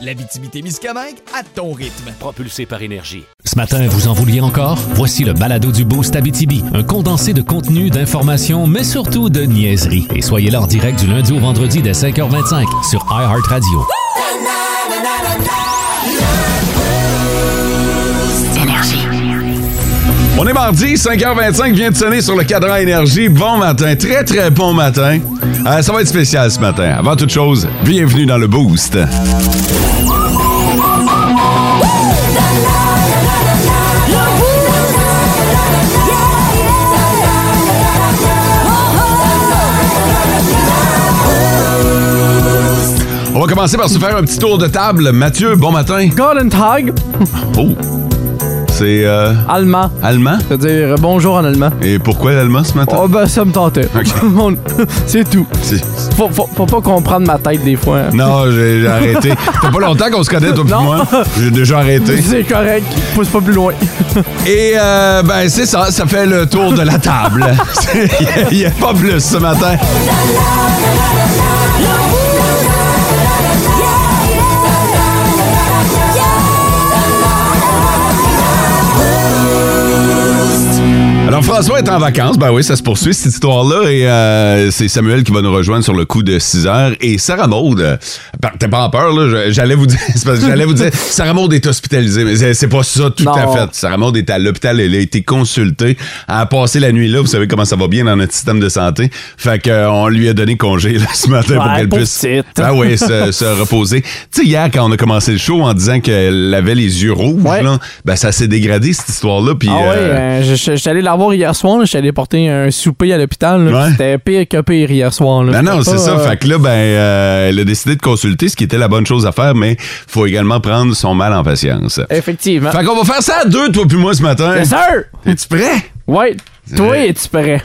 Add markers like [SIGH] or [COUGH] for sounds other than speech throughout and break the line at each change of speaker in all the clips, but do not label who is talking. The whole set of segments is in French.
L'Abitibi-Témiscamingue à ton rythme.
propulsé par énergie.
Ce matin, vous en vouliez encore? Voici le balado du Boost Abitibi, un condensé de contenu, d'informations, mais surtout de niaiseries. Et soyez là en direct du lundi au vendredi dès 5h25 sur iHeartRadio.
On est mardi, 5h25 vient de sonner sur le cadran énergie. Bon matin, très très bon matin. Euh, ça va être spécial ce matin. Avant toute chose, bienvenue dans le Boost. On va commencer par se faire un petit tour de table. Mathieu, bon matin.
Guten Tag,
Oh, c'est euh,
allemand.
allemand.
C'est-à-dire euh, bonjour en allemand.
Et pourquoi l'allemand ce matin?
Oh ben, ça me tentait.
[LAUGHS] Ok.
Mon- [LAUGHS] C'est tout.
C'est-
Faut, faut, faut pas comprendre ma tête des fois. hein.
Non, j'ai j'ai arrêté. Ça fait pas longtemps qu'on se connaît, toi pis
Non.
moi. J'ai déjà arrêté.
C'est correct, pousse pas
[LAUGHS]
plus loin.
Et, euh, ben, c'est ça, ça fait le tour de la table. [LAUGHS] Il n'y a, pas plus ce matin. Alors, François est en vacances. Ben oui, ça se poursuit, cette histoire-là. Et euh, c'est Samuel qui va nous rejoindre sur le coup de 6 heures. Et Sarah Maud, euh, par- t'es pas en peur, là. je- J'allais vous dire, [LAUGHS] c'est parce que j'allais vous dire, Sarah Maud est hospitalisée. Mais c'est- c'est pas ça tout
Non.
à fait. Sarah Maud est à l'hôpital. Elle a été consultée. Elle a passé la nuit là. Vous savez comment ça va bien dans notre système de santé. Fait qu'on lui a donné congé là, ce matin pour
Ouais,
qu'elle
pour
puisse.
petite.
Ah oui, se,
[LAUGHS]
se reposer. Tu sais, hier, quand on a commencé le show en disant qu'elle avait les yeux rouges,
Ouais.
là, ben ça s'est dégradé, cette histoire-là. Puis,
ah ouais,
euh,
ben, je, je- je suis allé la voir hier soir, là, je suis allé porter un souper à l'hôpital. là,
Ouais.
C'était pire que pire hier soir. Là.
Non, non,
C'était
c'est ça.
pas, euh,
Fait que là, ben, euh, elle a décidé de consulter, ce qui était la bonne chose à faire, mais faut également prendre son mal en patience.
euh, Effectivement.
Fait qu'on va faire ça à deux, toi puis moi, ce matin.
Yes, sir!
Es-tu prêt?
Ouais, toi,
Ouais.
es-tu prêt?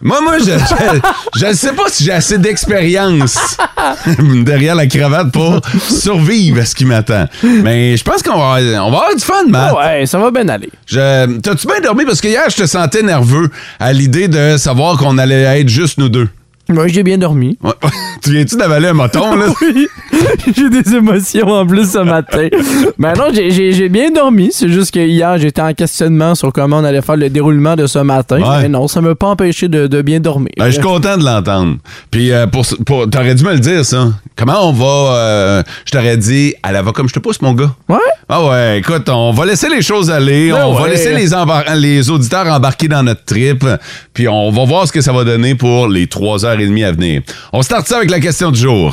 Moi, moi, je, je, je sais pas si j'ai assez d'expérience [LAUGHS] derrière la cravate pour survivre à ce qui m'attend. Mais je pense qu'on va, on va avoir du fun, Matt.
Ouais, ça va bien aller.
Je- T'as-tu bien dormi? Parce que hier, je te sentais nerveux à l'idée de savoir qu'on allait être juste nous deux.
Moi, j'ai bien dormi.
Ouais. [LAUGHS] tu viens-tu d'avaler un moton, là?
Oui, [LAUGHS] j'ai des émotions en plus ce matin. Mais non, j'ai- j'ai j'ai bien dormi. C'est juste que hier, j'étais en questionnement sur comment on allait faire le déroulement de ce matin.
Ouais.
Mais non, ça m'a pas empêché de, de bien dormir.
Ben, je suis content de l'entendre. Puis, euh, pour, pour, t'aurais dû me le dire, ça. Comment on va. euh, je t'aurais dit, à la va comme je te pousse, mon gars.
Ouais?
Ah ouais, écoute, on va laisser les choses aller.
Ben
on va
ouais.
laisser les, embar- les auditeurs embarquer dans notre trip. Puis, on va voir ce que ça va donner pour les trois heures et demie à venir. On start ça avec la question du jour.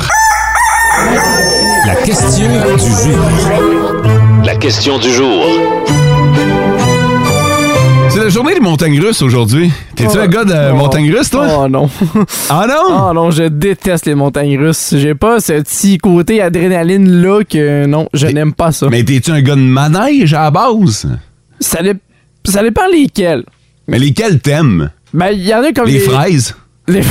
La question du jour.
La question du jour.
C'est la journée des montagnes russes aujourd'hui. T'es-tu un gars de
Oh.
montagnes russes, toi?
Oh non. [LAUGHS]
Ah non?
oh non, je déteste les montagnes russes. J'ai pas ce petit côté adrénaline-là que non, je n'aime pas ça.
Mais t'es-tu un gars de manège à la base?
Ça, dé- ça dépend lesquels.
Mais lesquels t'aimes?
Ben, il y en a comme
Les
les
fraises?
Les,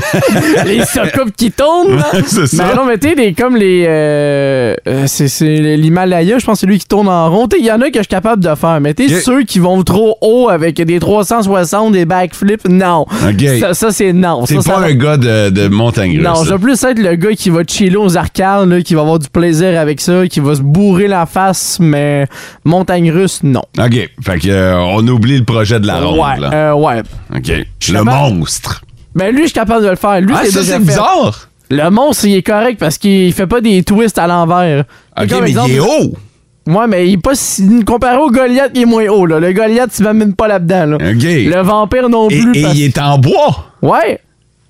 [LAUGHS] les soucoupes qui tournent, là.
C'est ça.
Mais non, mais tu sais, les- comme les. euh, euh, c'est c'est l'Himalaya, je pense que c'est lui qui tourne en rond. Tu sais, Il y en a que je suis capable de faire, mais tu sais,
Ok.
ceux qui vont trop haut avec des 360, des backflips, non.
Ok.
Ça, ça, c'est non.
T'es
Ça,
pas
ça va-
un gars de, de montagne russe.
non, je veux plus être le gars qui va chiller aux arcades, là, qui va avoir du plaisir avec ça, qui va se bourrer la face, mais montagne russe, non.
OK. Fait que, euh, on oublie le projet de la ronde,
ouais,
là.
euh, ouais.
OK. Le
Justement-
monstre.
Ben lui, je suis capable de le faire. Lui,
Ah,
c'est
ça,
déjà
c'est
fait.
bizarre.
Le monstre, il est correct parce qu'il fait pas des twists à l'envers.
OK,
Comme
mais il est
exemple-
haut.
Ouais, mais il est pas si. Comparé au Goliath, il est moins haut, là. Le Goliath, tu vas même pas là-dedans, là.
OK.
Le vampire non
Et,
plus.
et
parce-
il est en bois.
Ouais,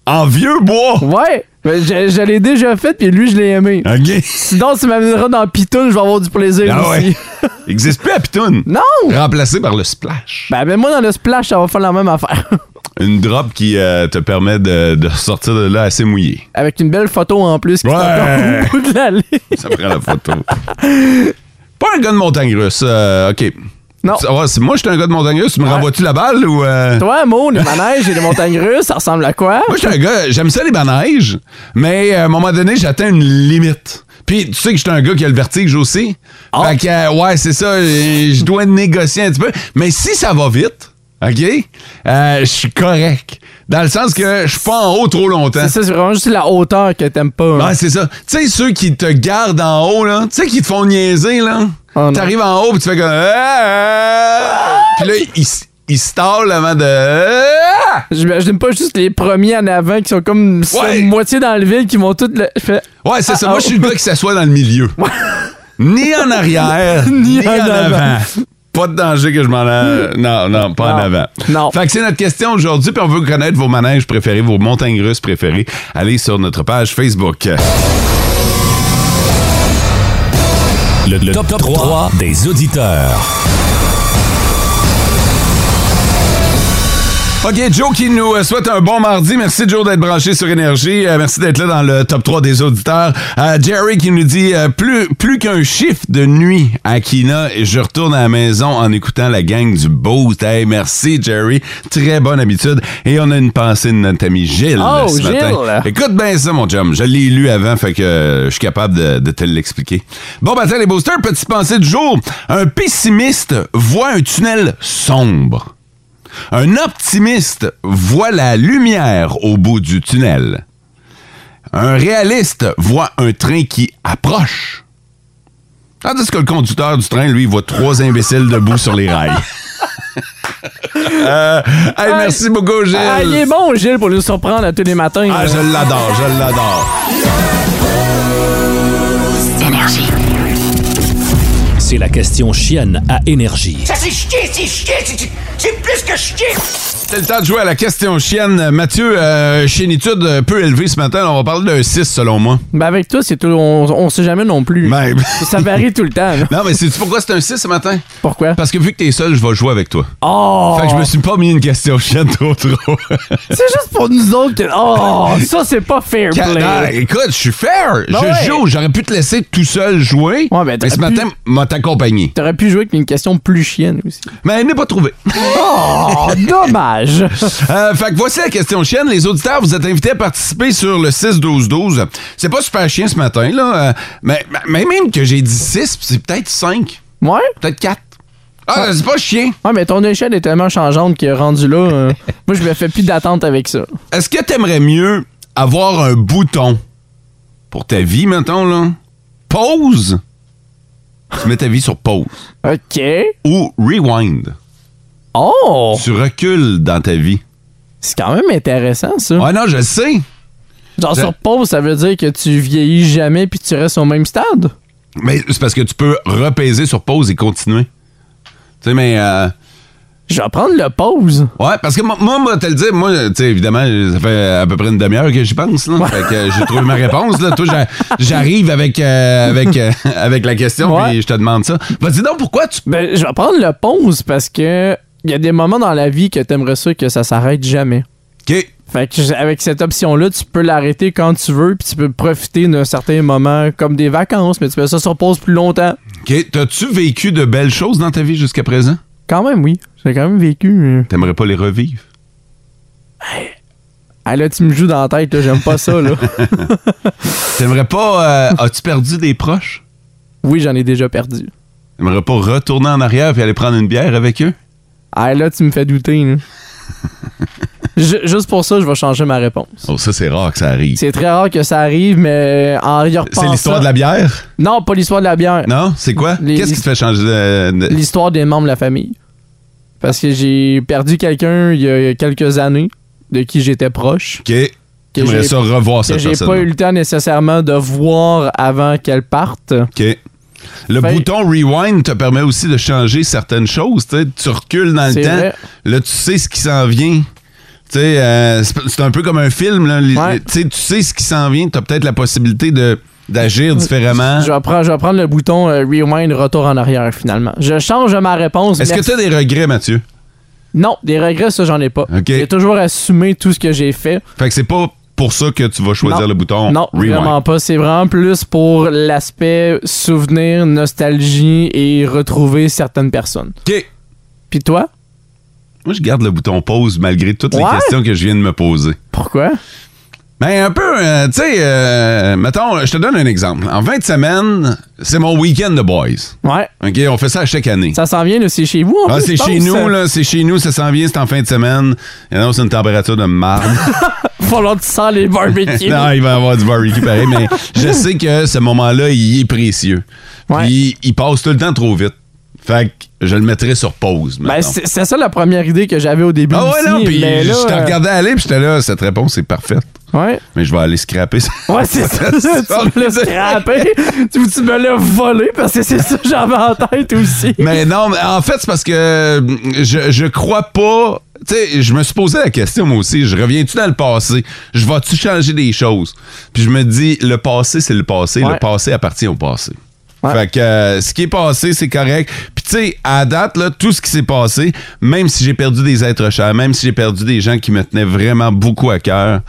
En vieux bois.
ouais. Mais je je l'ai déjà fait, puis lui, je l'ai aimé.
OK.
Sinon, tu m'amèneras dans Pitoun, je vais avoir du plaisir
Ah
aussi.
ouais. Il existe plus à Pitoun.
[LAUGHS] Non!
Remplacé par le splash.
Ben, ben, moi, dans le splash, ça va faire la même affaire. [LAUGHS]
Une drop qui euh, te permet de, de sortir de là assez mouillé.
Avec une belle photo en plus qui
Ouais.
est encore au
[LAUGHS]
bout de l'allée.
Ça prend la photo. Pas un gars de montagne russe. euh, OK.
Non.
Tu- ouais, c'est- moi, j'étais un gars de montagne russe. Tu me renvoies-tu la balle ou. euh?
Toi, Mo, les manèges et les montagnes russes, ça ressemble à quoi?
Moi, j'étais un gars, j'aime ça les manèges, mais euh, à un moment donné, j'atteins une limite. Puis tu sais que j'étais un gars qui a le vertige aussi.
Ah.
Fait que, euh, ouais, c'est ça, euh, je dois négocier un petit peu. Mais si ça va vite, OK, euh, je suis correct. Dans le sens que je suis pas en haut trop longtemps.
C'est ça, c'est vraiment juste la hauteur que t'aimes pas. hein.
Ouais, c'est ça. Tu sais, ceux qui te gardent en haut, là, tu sais, qui te font niaiser, là.
Oh non.
T'arrives en haut, puis tu fais comme. Ah! Puis
Ah,
là, ils s- ils se tâlent avant Ah! de.
J'imagine pas juste les premiers en avant qui sont comme sont
Ouais.
moitié dans le vide qui vont toutes le. je fais-
Ouais, c'est ça.
Ah,
Moi,
ah.
je suis le gars qui s'assoit dans le milieu. ni en
[LAUGHS]
arrière, ni, en, avant. Pas de danger que je m'en... a- Non, non, pas en
Non.
avant.
Non.
Fait que c'est notre question aujourd'hui, puis on veut connaître vos manèges préférés, vos montagnes russes préférées. Allez sur notre page Facebook.
Le, le top, 3, des auditeurs.
OK, Joe qui nous euh, souhaite un bon mardi. Merci, Joe, d'être branché sur Énergie. Euh, merci d'être là dans le top 3 des auditeurs. Euh, Jerry qui nous dit euh, plus, plus qu'un chiffre de nuit à Kina, je retourne à la maison en écoutant la gang du Boost. Hey, merci, Jerry. Très bonne habitude. Et on a une pensée de notre ami Gilles
Oh,
ce matin.
Gilles!
Écoute bien ça, mon chum. Je l'ai lu avant, fait que euh, je suis capable de, de te l'expliquer. Bon matin, les boosters. Petite pensée du jour. Un pessimiste voit un tunnel sombre. Un optimiste voit la lumière au bout du tunnel. Un réaliste voit un train qui approche. Tandis que le conducteur du train, lui, voit trois imbéciles debout sur les rails. Euh, hey, merci beaucoup, Gilles.
[LAUGHS] Ah, il est bon, Gilles, pour nous surprendre à tous les matins.
Ah,
là.
je l'adore, je l'adore.
C'est la question chienne à énergie.
Ça c'est chier, c'est chier, c'est- c'est- c'est plus que chier.
C'est le temps de jouer à la question chienne. Mathieu, euh, chienitude euh, peu élevée ce matin. On va parler d'un 6 selon moi.
Ben, avec toi, c'est tout. On, on sait jamais non plus.
Ben,
Ça varie tout le temps. là.
non, mais sais-tu pourquoi c'est un 6 ce matin?
Pourquoi?
Parce que vu que t'es seul, je vais jouer avec toi.
Oh!
Fait que je me suis pas mis une question chienne trop trop. [LAUGHS]
C'est juste pour nous autres que. Oh! ça, c'est pas fair
Quand- non,
play.
écoute, je suis fair.
Ben
je
ouais.
joue. J'aurais pu te laisser tout seul jouer.
Ouais, ben,
mais ce
t'aurais pu-
matin, m'a t'accompagné.
T'aurais pu jouer avec une question plus chienne aussi.
Mais elle n'est pas
[LAUGHS]
trouvée.
Oh, [LAUGHS] dommage!
Euh, fait que voici la question chienne. Les auditeurs, vous êtes invités à participer sur le 6-12-12. C'est pas super chien ce matin, là. euh, mais, mais même que j'ai dit 6, c'est peut-être 5,
Ouais?
peut-être 4. Ah, c'est pas chien.
Ouais, mais ton échelle est tellement changeante qu'il est rendu là. euh, moi, je me fais plus d'attente avec ça.
Est-ce que t'aimerais mieux avoir un bouton pour ta vie, mettons, là? Pause. Tu mets ta vie sur pause.
OK.
Ou rewind.
Oh!
Tu recules dans ta vie.
C'est quand même intéressant, ça.
Ouais, non, je le sais.
Genre,
Je-
sur pause, ça veut dire que tu vieillis jamais puis tu restes au même stade?
Mais c'est parce que tu peux repaiser sur pause et continuer. Tu sais, mais... euh,
Je vais prendre le pause.
Ouais, parce que moi, moi, moi, te le dire, moi, tu sais, évidemment, ça fait à peu près une demi-heure que j'y pense, là. Fait que euh, j'ai trouvé ma réponse, là. Toi, j'a- j'arrive avec, euh, avec, euh, [LAUGHS] avec la question,
Ouais.
puis je te demande ça. Vas-y donc, pourquoi tu...
Ben, je vais prendre le pause parce que il y a des moments dans la vie que t'aimerais ça que ça s'arrête jamais.
OK.
Fait que j- avec cette option-là, tu peux l'arrêter quand tu veux, puis tu peux profiter d'un certain moment, comme des vacances, mais tu peux ça sur pause plus longtemps.
OK. T'as-tu vécu de belles choses dans ta vie jusqu'à présent?
Quand même, oui. J'ai quand même vécu. euh.
T'aimerais pas les revivre?
Ah là, tu me joues dans la tête, là, j'aime pas ça, là.
T'aimerais pas... euh, As-tu perdu des proches?
Oui, j'en ai déjà perdu.
T'aimerais pas retourner en arrière puis aller prendre une bière avec eux?
Ah là, tu me fais douter, là. [LAUGHS] Ju- juste pour ça, je vais changer ma réponse.
Oh, ça, c'est rare que ça arrive.
C'est très rare que ça arrive, mais euh, en y
C'est
repensant...
l'histoire de la bière?
Non, pas l'histoire de la bière.
Non? C'est quoi?
Euh, Les-
Qu'est-ce qui te fait changer de... de-
l'histoire des membres de la famille. Parce que j'ai perdu quelqu'un il y a quelques années de qui j'étais proche,
OK.
Que
T'aimerais
j'ai-
ça revoir
que
cette
j'ai
personne.
pas eu le temps nécessairement de voir avant qu'elle parte.
OK. Le
Fait-
bouton rewind te permet aussi de changer certaines choses. tu sais. Tu recules dans le
C'est
temps.
vrai.
Là, tu sais ce qui s'en vient. Tu sais, euh, c'est c'est un peu comme un film. là. Les-
Ouais.
tu sais, tu sais ce qui s'en vient. Tu as peut-être la possibilité de d'agir différemment.
Mm, Je vais prendre, je vais prendre le bouton euh, rewind, retour en arrière finalement. Je change ma réponse.
Est-ce que
merci.
tu as des regrets, Mathieu?
Non, des regrets, ça j'en ai pas.
Ok.
J'ai toujours assumé tout ce que j'ai fait.
Fait que c'est pas pour ça que tu vas choisir
Non.
le bouton
Non,
rewind.
vraiment pas. C'est vraiment plus pour l'aspect souvenir, nostalgie et retrouver certaines personnes.
OK.
Puis toi?
Moi, je garde le bouton pause malgré toutes
Ouais?
les questions que je viens de me poser.
Pourquoi?
Ben, un peu, euh, tu sais, euh, mettons, je te donne un exemple. En 20 semaines, c'est mon week-end de boys.
Ouais.
OK, on fait ça à chaque année.
Ça s'en vient, là, c'est chez vous, en
Ah,
plus,
c'est
je
chez
pense. euh? [LAUGHS]
nous, là, c'est chez nous, ça s'en vient, c'est en fin de semaine. Il annonce une température de
[LAUGHS]
marde.
Falloir que tu sens les
[LAUGHS]
barbecues.
non, il va y avoir du barbecue pareil, mais je sais que ce moment-là, il est précieux.
Ouais.
Puis, il passe tout le temps trop vite. Fait que je le mettrais sur pause,
Ben,
mettons.
c'est c'est ça la première idée que j'avais au début.
Ah ouais,
aussi,
non, puis
mais là,
je te
euh,
regardais aller, puis j'étais là, cette réponse est parfaite.
Ouais.
Mais je vais aller scraper ça.
Ouais,
[LAUGHS]
c'est ça. tu me l'as scrappé. tu tu me l'as volé parce que c'est ça que j'avais en tête aussi.
Mais non, mais en fait, c'est parce que euh, je, je crois pas. Tu sais, je me suis posé la question, moi aussi. Je reviens-tu dans le passé? Je vais-tu changer des choses? Puis je me dis, le passé, c'est le passé.
Ouais.
Le passé appartient au passé.
Ouais.
Fait que euh, ce qui est passé, c'est correct. Puis tu sais, à date, là, tout ce qui s'est passé, même si j'ai perdu des êtres chers, même si j'ai perdu des gens qui me tenaient vraiment beaucoup à cœur,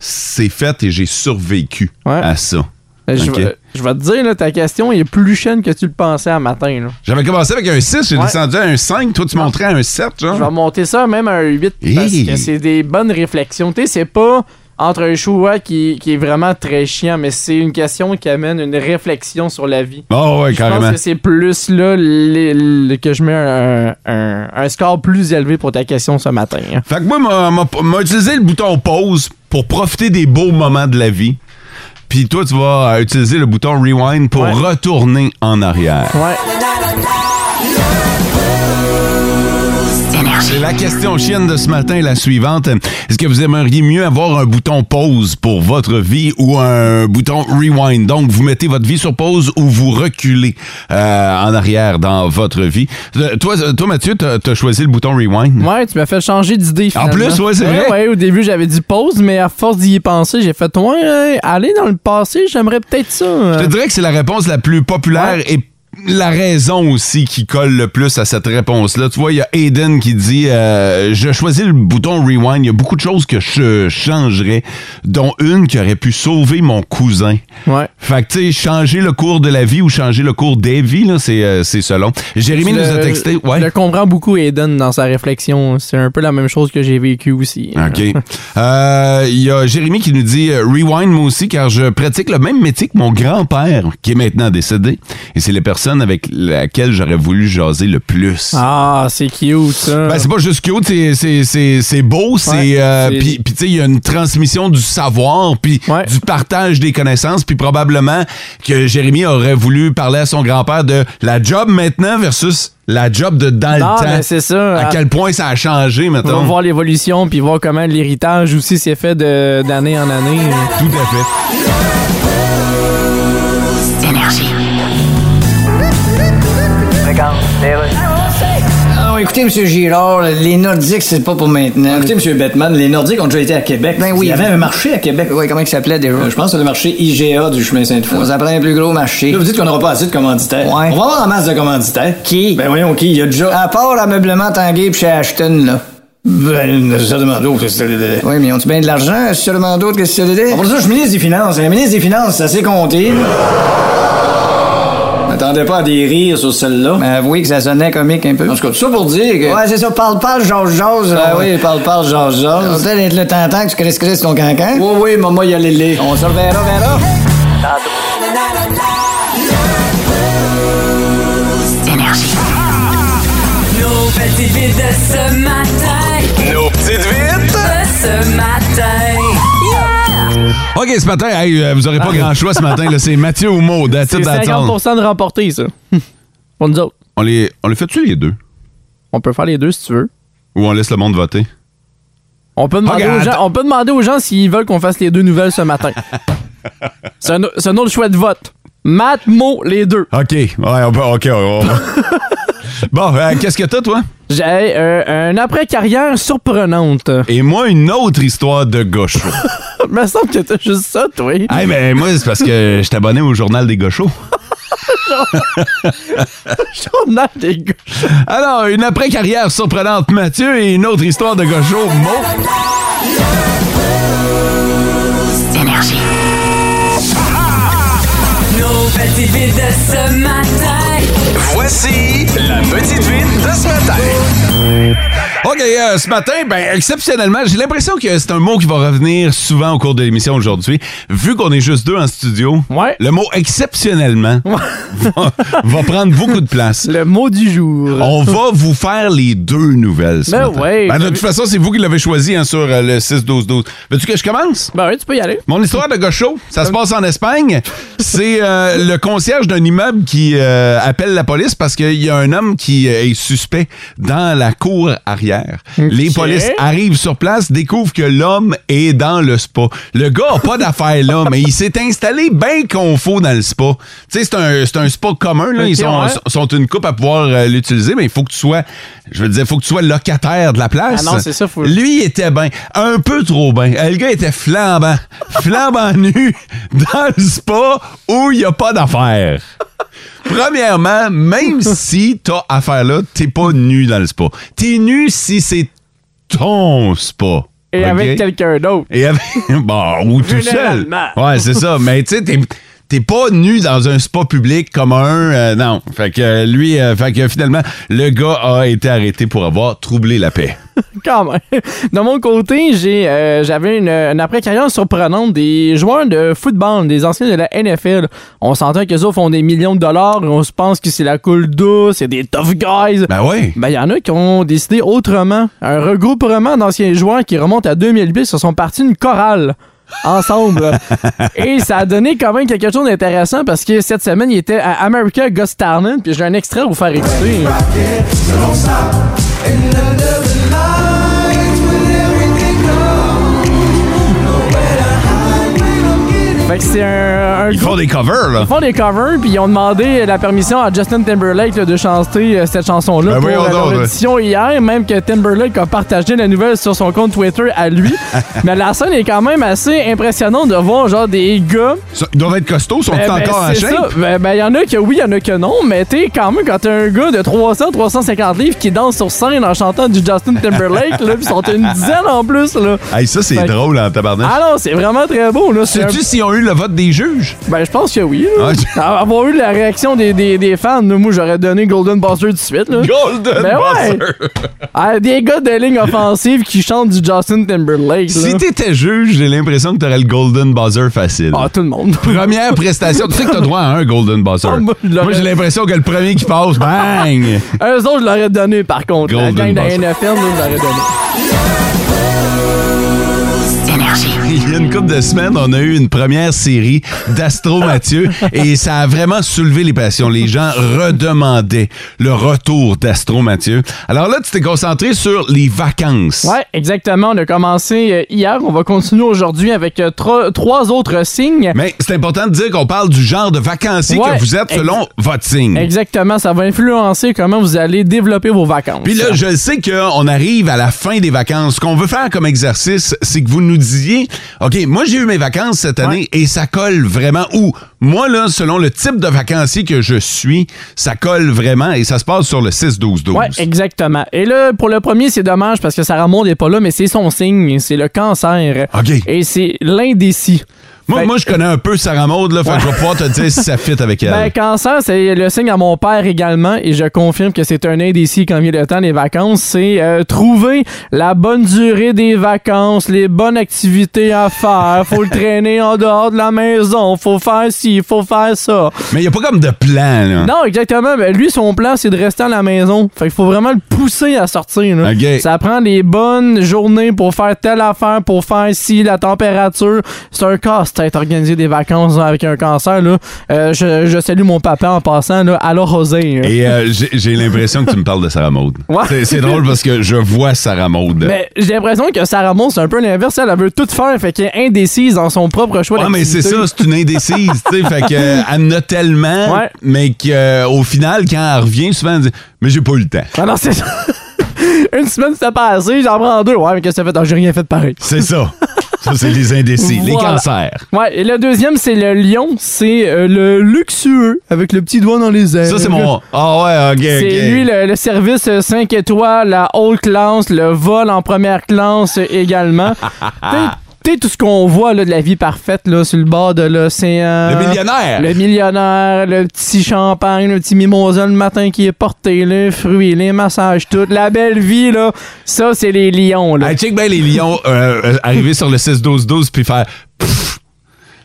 c'est fait et j'ai survécu
Ouais.
à ça.
Ben, Je,
Ok.
vais- je vais te dire, là, ta question est plus chaîne que tu le pensais à matin. Là.
J'avais commencé avec un 6, j'ai
Ouais.
descendu à un 5, toi tu montrais à un 7, genre.
Je vais monter ça même à un 8 parce
Hey.
que c'est des bonnes réflexions. Tu sais, c'est pas entre un choix qui, qui est vraiment très chiant, mais c'est une question qui amène une réflexion sur la vie.
Oh ouais,
Je pense
carrément.
que c'est plus là les- le- que je mets un, un- un score plus élevé pour ta question ce matin. hein.
Fait que moi, m'a- m'a m'a utilisé le bouton pause pour profiter des beaux moments de la vie. Puis toi, tu vas euh, utiliser le bouton rewind pour
Ouais.
retourner en arrière.
Ouais.
La question chienne de ce matin est la suivante. Est-ce que vous aimeriez mieux avoir un bouton pause pour votre vie ou un bouton rewind? Donc, vous mettez votre vie sur pause ou vous reculez euh, en arrière dans votre vie. Euh, toi, euh, toi, Mathieu, t'as as choisi le bouton rewind.
Ouais, tu m'as fait changer d'idée
En
finalement.
plus, ouais, c'est vrai.
Ouais, au début, j'avais dit pause, mais à force d'y penser, j'ai fait ouais, euh, aller dans le passé, j'aimerais peut-être ça.
Je
euh.
te dirais que c'est la réponse la plus populaire et la raison aussi qui colle le plus à cette réponse-là. Tu vois, il y a Aiden qui dit euh, Je choisis le bouton rewind. Il y a beaucoup de choses que je changerais, dont une qui aurait pu sauver mon cousin.
Ouais.
Fait que, tu sais, changer le cours de la vie ou changer le cours des vies, là, c'est, euh, c'est selon. Jérémy nous
Je-
a texté. Ouais.
Je le comprends beaucoup, Aiden, dans sa réflexion. C'est un peu la même chose que j'ai vécu aussi.
OK. Euh, Il y a Jérémy qui nous dit euh, Rewind, moi aussi, car je pratique le même métier que mon grand-père, qui est maintenant décédé. Et c'est les personnes avec laquelle j'aurais voulu jaser le plus.
Ah, c'est cute, ça.
Ben, c'est pas juste cute, c'est- c'est- c'est c'est beau, c'est euh,
c'est-
puis puis tu sais il y a une transmission du savoir, puis
Ouais.
du partage des connaissances, puis probablement que Jérémy aurait voulu parler à son grand-père de la job maintenant versus la job de dans
non,
le temps.
mais c'est ça.
à
Ah,
quel point ça a changé
On va
maintenant.
voir l'évolution, puis voir comment l'héritage aussi s'est fait de- d'année en année.
Tout à fait.
Ah ouais, écoutez, M. Girard, les Nordiques, c'est pas pour maintenant.
Écoutez, M. Bettman, les Nordiques ont déjà été à Québec.
Ben oui.
Il y avait un marché à Québec.
Oui, comment il s'appelait déjà?
Euh, Je pense que c'est le marché IGA du chemin Sainte-Foy.
Ça prend un plus gros marché.
Là, vous dites qu'on n'aura pas assez de commanditaires.
Ouais.
On va avoir en masse de commanditaires.
Qui?
Ben voyons qui, il y a déjà...
À part ameublement Tanguay pis chez Ashton, là.
Ben, certainement d'autres. c'est-
Oui, mais ont-tu bien de l'argent? Sûrement d'autres que c'est
Ah, Pour ça, je suis ministre des Finances. Le ministre des Finances, ça s'est compté. M'attendais pas à des rires sur celle-là.
Mais avouez que ça sonnait comique un peu.
En tout cas, tout ça pour dire que...
Ouais, c'est ça. Parle, parle, Georges, Georges.
Ah oui, parle, parle, Georges
On
Georges.
va être le tentant que tu crisses sur ton cancan.
Oui, oui, maman, y allait les.
On se reverra, verra.
Nos petites vites de ce matin.
Nos petites vites.
De ce matin. Yeah!
OK, ce matin, hey, euh, vous aurez pas grand choix ce matin là, c'est Mathieu ou Maud, that's
C'est
it, that's all.
50 de remporter, ça. [LAUGHS] pour nous autres.
On les on les fait tu les deux
On peut faire les deux si tu veux.
ou on laisse le monde voter
On peut demander,
Ok,
aux, gens,
attends.
on peut demander aux gens s'ils veulent qu'on fasse les deux nouvelles
[LAUGHS]
ce matin. c'est un, au- c'est un autre choix de vote. Matt, mot, les deux.
OK. Ouais, on peut- OK. on- [LAUGHS] bon, euh, qu'est-ce que t'as toi
J'ai euh, un après-carrière surprenante.
Et moi, une autre histoire de gaucho.
me semble que t'as juste ça,
[LAUGHS]
toi.
hey, ben moi, c'est parce que je t'abonnais au journal des gauchos.
Journal des gars.
[LAUGHS] Alors, une après-carrière surprenante, Mathieu, et une autre histoire de gaucho, Mo.
Nos petites vites de ce matin.
Voici la petite ville de ce matin.
OK, euh, ce matin, ben, exceptionnellement, j'ai l'impression que c'est un mot qui va revenir souvent au cours de l'émission aujourd'hui. Vu qu'on est juste deux en studio,
Ouais.
le mot exceptionnellement va, [LAUGHS] va prendre beaucoup de place.
Le mot du jour.
On va vous faire les deux nouvelles ce
Ben
matin.
ouais.
Ben, de toute façon, c'est vous qui l'avez choisi hein, sur euh, le 6-12-12. Veux-tu que je commence?
Ben oui, tu peux y aller.
Mon histoire de gaucho, ça se passe en Espagne. C'est euh, le concierge d'un immeuble qui euh, appelle la police parce qu'il y a un homme qui euh, est suspect dans la cour arrière. Les polices arrivent sur place, découvrent que l'homme est dans le spa. Le gars a pas d'affaires là, mais il s'est installé bien confo dans le spa. Tu sais, c'est un, c'est un spa commun. Là. Ils
Ok,
sont,
ouais.
sont une coupe à pouvoir euh, l'utiliser, mais il faut que tu sois, je veux dire, faut que tu sois locataire de la place.
Ah non, c'est ça, faut-
Lui, il était bien. Un peu trop bien. Euh, Le gars était flambant. flambant [LAUGHS] nu dans le spa où il n'y a pas d'affaires. Premièrement,
[LAUGHS]
même si t'as affaire là, t'es pas nu dans le spa. T'es nu si c'est ton spa.
Et
OK?
avec quelqu'un d'autre.
Et avec. [LAUGHS] Bon, ou tout seul.
Généralement.
Ouais, c'est ça. Mais tu sais, t'es. T'es pas nu dans un spa public comme un... euh, non. Fait que euh, lui, euh, fait que finalement, le gars a été arrêté pour avoir troublé la paix.
Quand même. De mon côté, j'ai, euh, j'avais une, une après-carrière surprenante des joueurs de football, des anciens de la NFL. On s'entend que autres font des millions de dollars et on se pense que c'est la cool douce, c'est des tough guys.
Ben ouais.
Ben, il y en a qui ont décidé autrement. Un regroupement d'anciens joueurs qui remonte à 2008 se sont partis une chorale ensemble. Et ça a donné quand même quelque chose d'intéressant parce que cette semaine, il était à America Ghost Talent, puis j'ai un extrait à vous faire écouter. Fait que c'est un, un
Ils font des covers, là.
ils font des covers, puis ils ont demandé la permission à Justin Timberlake là, de chanter euh, cette
Ben
chanson-là pour
voyons
euh, leur
donc, ouais.
édition hier, même que Timberlake a partagé la nouvelle sur son compte Twitter
[LAUGHS]
à lui. Mais la scène est quand même assez impressionnante de voir genre des gars...
Ça, ils doivent être costauds, sont
Ben, ben,
encore en
c'est
shape?
ça. Ben, ben, y en a que oui, y en a que non, mais t'es quand même quand t'as un gars de 300, 350 livres qui danse sur scène en chantant du Justin Timberlake, là, pis sont une dizaine en
[LAUGHS]
plus, là.
Hey, ça, c'est
Fait que-
drôle en tabarnak.
Ben, Ah non, c'est vraiment très beau, là. C'est un-
Sais-tu s'ils ont eu le vote des juges?
Ben, je pense que oui. Là.
Ah,
Ah, Avoir eu la réaction des, des, des fans, là, moi, j'aurais donné Golden Buster tout de suite. Là.
Golden
Ben ouais.
buzzer.
Ah, des gars de ligne offensive qui chantent du Justin Timberlake.
Si
là.
t'étais juge, j'ai l'impression que t'aurais le Golden Buzzer facile.
Ah, tout le monde. [LAUGHS]
Première prestation. Tu sais que t'as droit à un Golden Buzzer.
Ah, moi, je l'aurais-
moi, j'ai l'impression que le premier qui passe, bang!
Eux autres, je l'aurais donné, par contre. La
Golden
gang de la
Buzzer.
NFL, là, je l'aurais donné.
[LAUGHS] Il y a une couple de semaines, on a eu une première série
[LAUGHS]
d'Astro Mathieu et ça a vraiment soulevé les passions. Les gens redemandaient le retour d'Astro Mathieu. Alors là, tu t'es concentré sur les vacances.
Ouais, exactement. On a commencé euh, hier. On va continuer aujourd'hui avec euh, tro- trois autres signes.
Mais c'est important de dire qu'on parle du genre de vacancier
Ouais,
que vous êtes
ex-
selon votre signe.
Exactement. Ça va influencer comment vous allez développer vos vacances.
Puis là, je le sais qu'on arrive à la fin des vacances. Ce qu'on veut faire comme exercice, c'est que vous nous disiez, OK, moi, j'ai eu mes vacances cette année et ça colle vraiment. Ou, moi, là, selon le type de vacancier que je suis, ça colle vraiment et ça se passe sur le 6-12-12.
Ouais, exactement. Et là, pour le premier, c'est dommage parce que Sarah Maud n'est pas là, mais c'est son signe. C'est le cancer.
OK.
Et c'est l'indécis.
moi,
Fait-
moi, je connais un peu Sarah Maud, là, fait que je vais pouvoir te dire si ça fit avec elle.
Ben, cancer, c'est le signe à mon père également, et je confirme que c'est un indécis quand vient le temps des vacances. C'est euh, trouver la bonne durée des vacances, les bonnes activités à faire. Faut le traîner en dehors de la maison. Faut faire ci, faut faire ça.
Mais il n'y a pas comme de plan, là.
Non, exactement. Ben, lui, son plan, c'est de rester à la maison. Fait qu'il faut vraiment le pousser à sortir. là.
Ok.
Ça prend les bonnes journées pour faire telle affaire, pour faire ci, la température. C'est un casse-tête organiser des vacances avec un cancer. Là. Euh, je, je salue mon papa en passant. Là. Allô, José.
Et euh, j'ai j'ai l'impression que tu me parles de Sarah Maud.
Ouais.
C'est- C'est drôle parce que je vois Sarah Maud.
Mais j'ai l'impression que Sarah Maud, c'est un peu l'inverse. Elle, elle veut tout faire, fait qu'elle est indécise dans son propre choix
Ouais, mais c'est
d'activité.
ça, c'est une indécise, tu sais, fait que euh, elle en a tellement,
Ouais.
mais qu'au final, quand elle revient, souvent, elle dit « Mais j'ai pas eu le temps.
Ah non, c'est ça. [LAUGHS] Une semaine, c'est passé, j'en prends deux. Ouais, mais qu'est-ce que t'as fait? Ah, J'ai rien fait de pareil. »
C'est ça. Ça, c'est les indécis, les
Voilà.
cancers.
Ouais, et le deuxième, c'est le lion. C'est euh, le luxueux, avec le petit doigt dans les ailes.
Ça, c'est mon... Ah ouais, OK,
Euh, [LAUGHS] C'est
OK.
lui le, le service
[LAUGHS]
5 étoiles, la haute classe, le vol en première classe euh, également. euh, T'es- côté tout ce qu'on voit là, de la vie parfaite là, sur le bord de l'océan.
Le millionnaire.
Le millionnaire, le petit champagne, le petit mimosa le matin qui est porté, les fruits, les massages, tout. La belle vie, là, ça, c'est les lions. Là.
Hey, check bien les lions euh, euh, arriver sur le 6-12-12 puis faire pfff.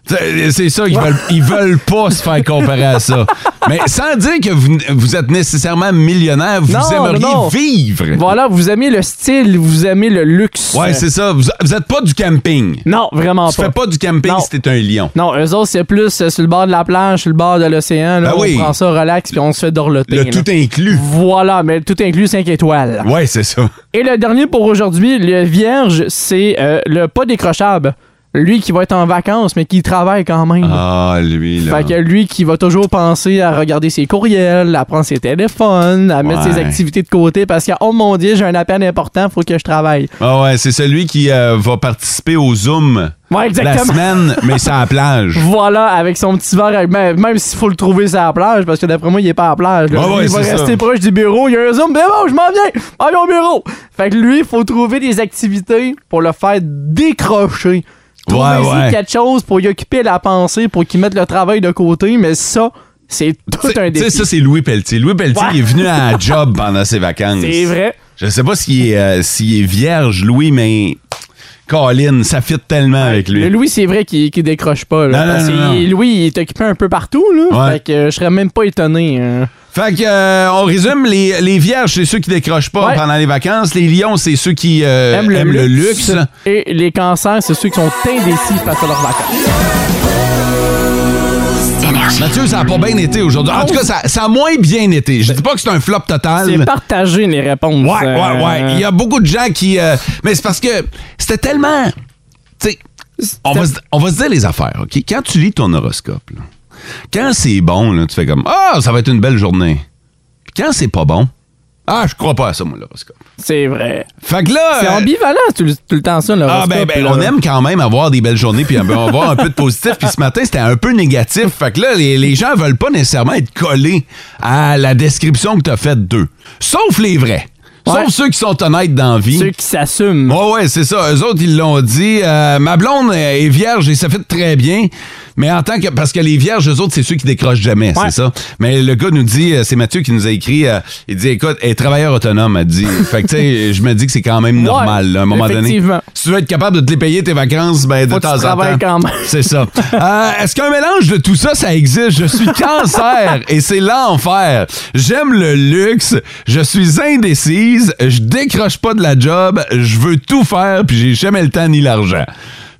C'est c'est ça qu'ils veulent. Ils veulent pas se faire comparer à ça. Mais sans dire que vous, vous êtes nécessairement millionnaire, vous
Non,
aimeriez
non.
vivre.
Voilà, vous aimez le style, vous aimez le luxe.
Ouais, c'est ça. Vous, vous êtes pas du camping.
Non, vraiment
Tu
pas.
fais pas du camping
Non.
si t'es un lion.
Non, eux autres, c'est plus euh, sur le bord de la plage, sur le bord de l'océan. là,
Ben
on
oui.
prend ça relax, puis on se fait dorloter.
Le
là. Mm.
tout inclus.
Voilà, mais tout inclus 5 étoiles.
Ouais, c'est ça.
Et le dernier pour aujourd'hui, le vierge, c'est euh, le pas décrochable. Lui qui va être en vacances, mais qui travaille quand même.
Ah, lui, là.
Fait que lui qui va toujours penser à regarder ses courriels, à prendre ses téléphones, à mettre
Ouais.
ses activités de côté parce que, oh mon dieu, j'ai un appel important, faut que je travaille.
Ah ouais, c'est celui qui euh, va participer au Zoom
Ouais,
la
exactement.
semaine, mais c'est à la plage.
Voilà, avec son petit verre, avec- même, même s'il faut le trouver sur la plage, parce que d'après moi, il est pas à la plage. là.
Ouais,
Lui,
ouais,
il va
c'est ça.
rester proche du bureau, il y a un zoom, mais bon, je m'en viens, allez au bureau. Fait que lui, il faut trouver des activités pour le faire décrocher. Trouver
Ouais, ouais.
quelque chose pour y occuper la pensée, pour qu'il mette le travail de côté, mais ça, c'est [LAUGHS] tout
C'est-
un
Tu sais, ça,
défi.
c'est Louis Pelletier. Louis Pelletier,
Ouais.
il est venu
[LAUGHS]
à job pendant ses vacances.
C'est vrai.
Je sais pas s'il est, euh, s'il est vierge, Louis, mais. Colin, ça fit tellement avec lui.
Le Louis, c'est vrai qu'il qu'il décroche pas. Là,
Non, non,
parce
non,
que
non.
Louis, il est occupé un peu partout. Là,
Ouais.
Fait que euh, je serais même pas étonné. hein.
Fait que, euh, on résume, les, les vierges, c'est ceux qui décrochent pas
Ouais.
pendant les vacances. Les lions, c'est ceux qui euh, aiment, le, luxe.
Et les cancers, c'est ceux qui sont indécis face à leurs vacances.
Mathieu, ça a pas bien été aujourd'hui. En tout cas, ça, ça a moins bien été. Je dis pas que c'est un flop total.
Oh. Ben, C'est partagé les réponses. Euh,
Ouais, ouais, ouais. Il y a beaucoup de gens qui. euh, mais c'est parce que c'était tellement. Tu sais, on, va se- on va se dire les affaires, OK? Quand tu lis ton horoscope, là, quand c'est bon, là, tu fais comme Ah, ça va être une belle journée. Puis Quand c'est pas bon, ah, je crois pas à ça, moi, l'horoscope.
C'est vrai.
Fait que là.
C'est
euh,
ambivalent tout le, tout le temps, ça,
ah,
l'horoscope.
ben, ben,
là.
on aime quand même avoir des belles journées puis euh, ben, avoir un peu de positif. Puis ce matin, c'était un peu négatif. Fait que là, les, les gens veulent pas nécessairement être collés à la description que t'as faite d'eux. Sauf les vrais.
Ouais.
Sauf ceux qui sont honnêtes dans la vie.
Ceux qui s'assument.
Ouais, ouais, c'est ça. Eux autres, ils l'ont dit. Euh, ma blonde est vierge et ça fait très bien. Mais en tant que. Parce que les vierges, eux autres, c'est ceux qui décrochent jamais,
Ouais.
c'est ça. Mais le gars nous dit, euh, c'est Mathieu qui nous a écrit, euh, il dit écoute, elle est travailleur autonome, elle
[LAUGHS]
dit. fait que, tu sais, je me dis que c'est quand même normal, là, à un moment donné.
effectivement.
Si tu veux être capable de te les payer tes vacances, ben, de
Faut que tu
temps en temps.
travailles quand même.
[LAUGHS] C'est ça. Euh, Est-ce qu'un mélange de tout ça, ça existe? Je suis cancer et c'est l'enfer. J'aime le luxe, je suis indécise, je décroche pas de la job, je veux tout faire puis j'ai jamais le temps ni l'argent.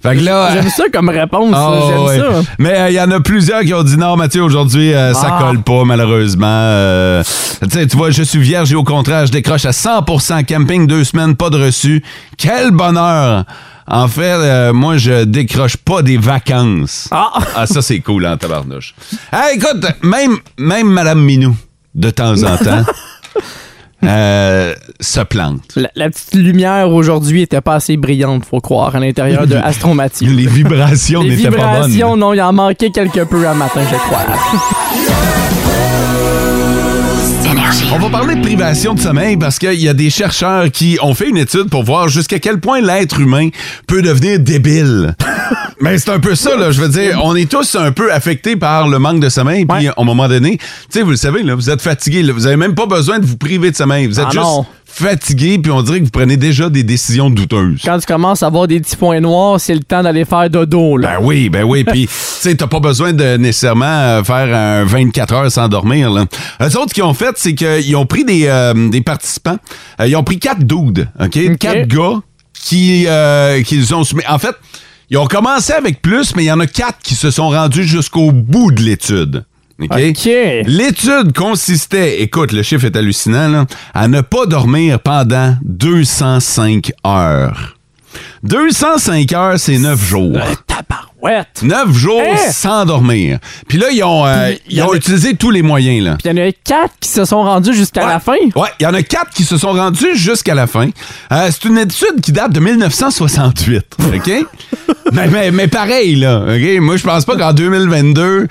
Fait que là.
J'aime ça comme réponse.
Ah,
ça, J'aime
ouais.
ça.
Mais euh, il y en a plusieurs qui ont dit non, Mathieu, aujourd'hui, euh, ça
Ah.
colle pas, malheureusement. Euh, tu sais, tu vois, je suis vierge et au contraire, je décroche à 100 camping, deux semaines, pas de reçu. Quel bonheur! En fait, euh, moi, je décroche pas des vacances.
Ah.
ça, c'est cool, hein, tabarnouche. Hey, écoute, même, même Madame Minou, de temps en
[LAUGHS]
temps, euh, se plante.
La, la petite lumière aujourd'hui était pas assez brillante, faut croire, à
[LAUGHS]
l'intérieur de Astromatique.
Les vibrations
Les
n'étaient pas bonnes.
vibrations, non, il en manquait quelque peu un matin, je crois.
On va parler de privation de sommeil parce qu'il y a des chercheurs qui ont fait une étude pour voir jusqu'à quel point l'être humain peut devenir
[LAUGHS]
débile. Mais c'est un peu ça, là. Je veux dire, on est tous un peu affectés par le manque de sommeil. Puis,
Ouais.
à un moment donné, tu sais, vous le savez, là, vous êtes fatigué. là, vous avez même pas besoin de vous priver de sommeil. Vous êtes
Ah
juste
non.
fatigué, puis on dirait que vous prenez déjà des décisions douteuses.
Quand tu commences à avoir des petits points noirs, c'est le temps d'aller faire dodo, là.
Ben oui, ben oui.
[LAUGHS]
Puis, tu sais, t'as pas besoin de nécessairement euh, faire un 24 heures sans dormir. Là. Eux autres, qui ont fait, c'est qu'ils ont pris des, euh, des participants. Euh, ils ont pris quatre dudes, OK? Quatre gars qui, euh, qui les ont soumis. En fait, ils ont commencé avec plus, mais il y en a quatre qui se sont rendus jusqu'au bout de l'étude. OK?
OK.
L'étude consistait, écoute, le chiffre est hallucinant, là, à ne pas dormir pendant 205 heures. 205 heures, c'est 9 jours.
Tabarouette!
9 jours
Hein?
sans dormir. Puis là, ils ont, euh,
Puis, il y
ils
en
ont
a-
utilisé tous les moyens. Là.
Puis il y en a quatre qui se sont rendus jusqu'à la fin.
Ouais, il y en a quatre qui se sont rendus jusqu'à la fin. Euh, c'est une étude qui date de
[LAUGHS]
1968, OK? mais, mais, mais pareil, là, OK? Moi, je pense pas qu'en 2022,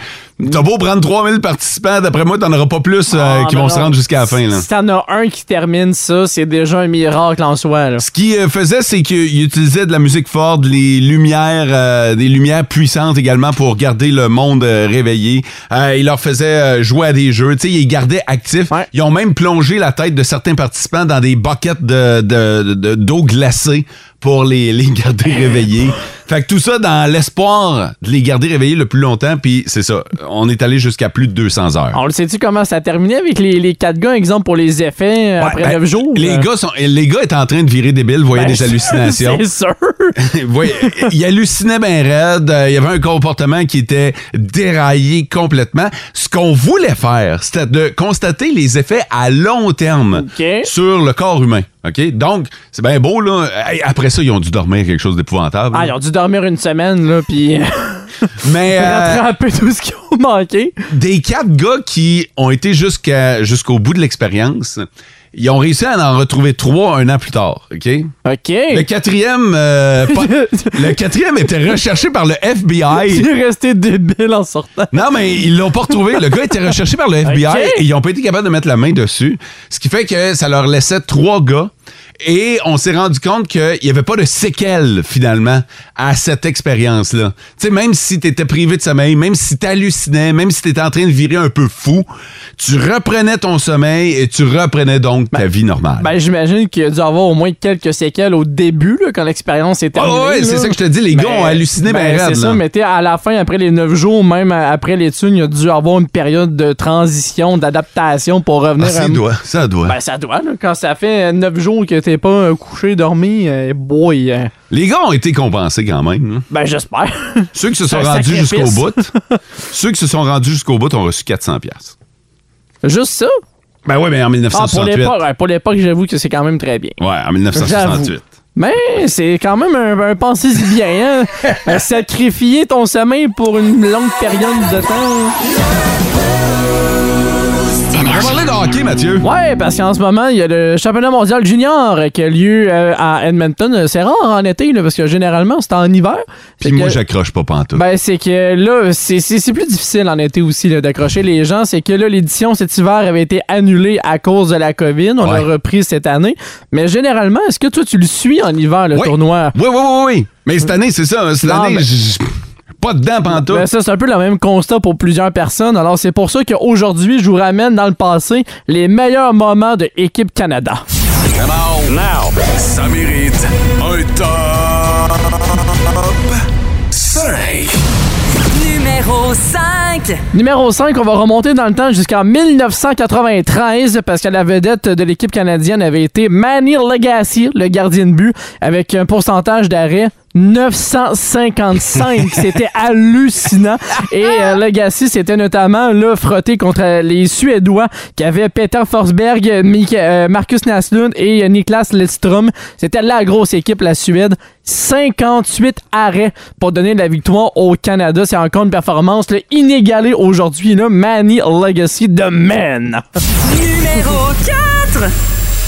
T'as beau prendre 3000 participants, d'après moi, t'en auras pas plus euh,
Ah,
qui
ben
vont
non.
se rendre jusqu'à la fin. Là.
Si t'en as un qui termine ça, c'est déjà un miracle en soi. là.
Ce qu'il euh, faisait, c'est qu'il utilisait de la musique forte, les lumières, euh, des lumières puissantes également pour garder le monde euh, réveillé. Euh, il leur faisait euh, jouer à des jeux. Tu sais, il les gardait actifs.
Ouais.
Ils ont même plongé la tête de certains participants dans des buckets de, de- de- d'eau glacée pour les, [LAUGHS] les garder réveillés. Fait que tout ça dans l'espoir de les garder réveillés le plus longtemps. Puis c'est ça, on est allé jusqu'à plus de 200 heures.
On le sait-tu comment ça a terminé avec les, les quatre gars, exemple, pour les effets euh,
Ouais,
après
ben,
9 jours?
Les
euh, Ben,
gars, sont, les gars étaient en train de virer débile, voyaient des hallucinations.
[LAUGHS] C'est sûr.
[LAUGHS] oui, il hallucinait bien raide. euh, Il y avait un comportement qui était déraillé complètement. Ce qu'on voulait faire, c'était de constater les effets à long terme
OK.
sur le corps humain. OK? Donc, c'est bien beau, là. Hey, après ça, ils ont dû dormir quelque chose d'épouvantable.
Ah, ils ont dû dormir une semaine, là, puis euh, [LAUGHS]
Mais euh,
rattraper tout ce qu'ils ont manqué.
des quatre gars qui ont été jusqu'à, jusqu'au bout de l'expérience, ils ont réussi à en retrouver trois un an plus tard. OK?
OK.
Le quatrième, euh,
[LAUGHS]
pas- le quatrième était recherché par le FBI.
Il est resté débile en sortant.
Non, mais ils l'ont pas retrouvé. Le gars était recherché par le
[LAUGHS]
FBI
Ok.
et ils n'ont pas été capables de mettre la main dessus. Ce qui fait que ça leur laissait trois gars. Et on s'est rendu compte qu'il n'y avait pas de séquelles, finalement, à cette expérience-là. Tu sais, même si tu étais privé de sommeil, même si tu hallucinais, même si tu étais en train de virer un peu fou, tu reprenais ton sommeil et tu reprenais donc ta vie normale.
Ben, j'imagine qu'il a dû avoir au moins quelques séquelles au début, là, quand l'expérience est
Oh, Ouais,
terminée.
ouais, ouais,
là.
c'est ça que je te dis. Les gars
Ben,
ont halluciné ben,
ben,
raide,
C'est
là.
ça, mais tu sais, à la fin, après les 9 jours, même euh, après les thunes, il a dû avoir une période de transition, d'adaptation pour revenir
Ah, ça
à-
doit, ça doit.
Ben, ça doit, là. Quand ça fait 9 jours que t'es pas euh, couché, dormi, euh, boy. euh,
Les gars ont été compensés quand même. hein.
ben, j'espère.
Ceux qui se
C'est
sont
un
rendus jusqu'au
sacrifice.
bout, [LAUGHS] ceux qui se sont rendus jusqu'au bout ont reçu 400 pièces.
[LAUGHS] Juste ça.
Ben oui, mais en
Ah, pour
1968.
l'époque, ouais, pour l'époque, j'avoue que c'est quand même très bien.
ouais, en 1968.
J'avoue. Mais c'est quand même un, un pensée-y bien,
[LAUGHS]
hein? Euh, Sacrifier ton sommeil pour une longue période de temps.
On va parler de hockey, Mathieu.
Ouais, parce qu'en ce moment, il y a le championnat mondial junior euh, qui a lieu euh, à Edmonton. C'est rare en été, là, parce que généralement, c'est en hiver.
Puis
Fait
moi,
que-
j'accroche pas pantoute.
Ben, c'est que là, c'est- c'est c'est plus difficile en été aussi là, d'accrocher les gens. C'est que là, l'édition cet hiver avait été annulée à cause de la COVID. On
Ouais.
l'a repris cette année. Mais généralement, est-ce que toi, tu le suis en hiver, le
Oui.
tournoi?
Oui, oui, oui, oui. Mais cette année, c'est ça. hein, Cette
Non,
année,
mais-
j- j- pas dedans pantoute.
Ben, ça, c'est un peu le même constat pour plusieurs personnes. Alors, c'est pour ça qu'aujourd'hui, je vous ramène dans le passé les meilleurs moments de Équipe Canada.
Ça mérite un top 5.
Numéro 5.
Numéro 5, on va remonter dans le temps jusqu'en 1993 parce que la vedette de l'équipe canadienne avait été Manny Legacy, le gardien de but, avec un pourcentage d'arrêt 955. C'était hallucinant. Et euh, Legacy s'était notamment là, frotté contre euh, les Suédois qui avaient Peter Forsberg, Mika- euh, Marcus Naslund et euh, Niklas Lidström. C'était la grosse équipe, la Suède. 58 arrêts pour donner la victoire au Canada. C'est encore une performance là, inégalée aujourd'hui. Là, Manny Legacy de Man.
Numéro 4.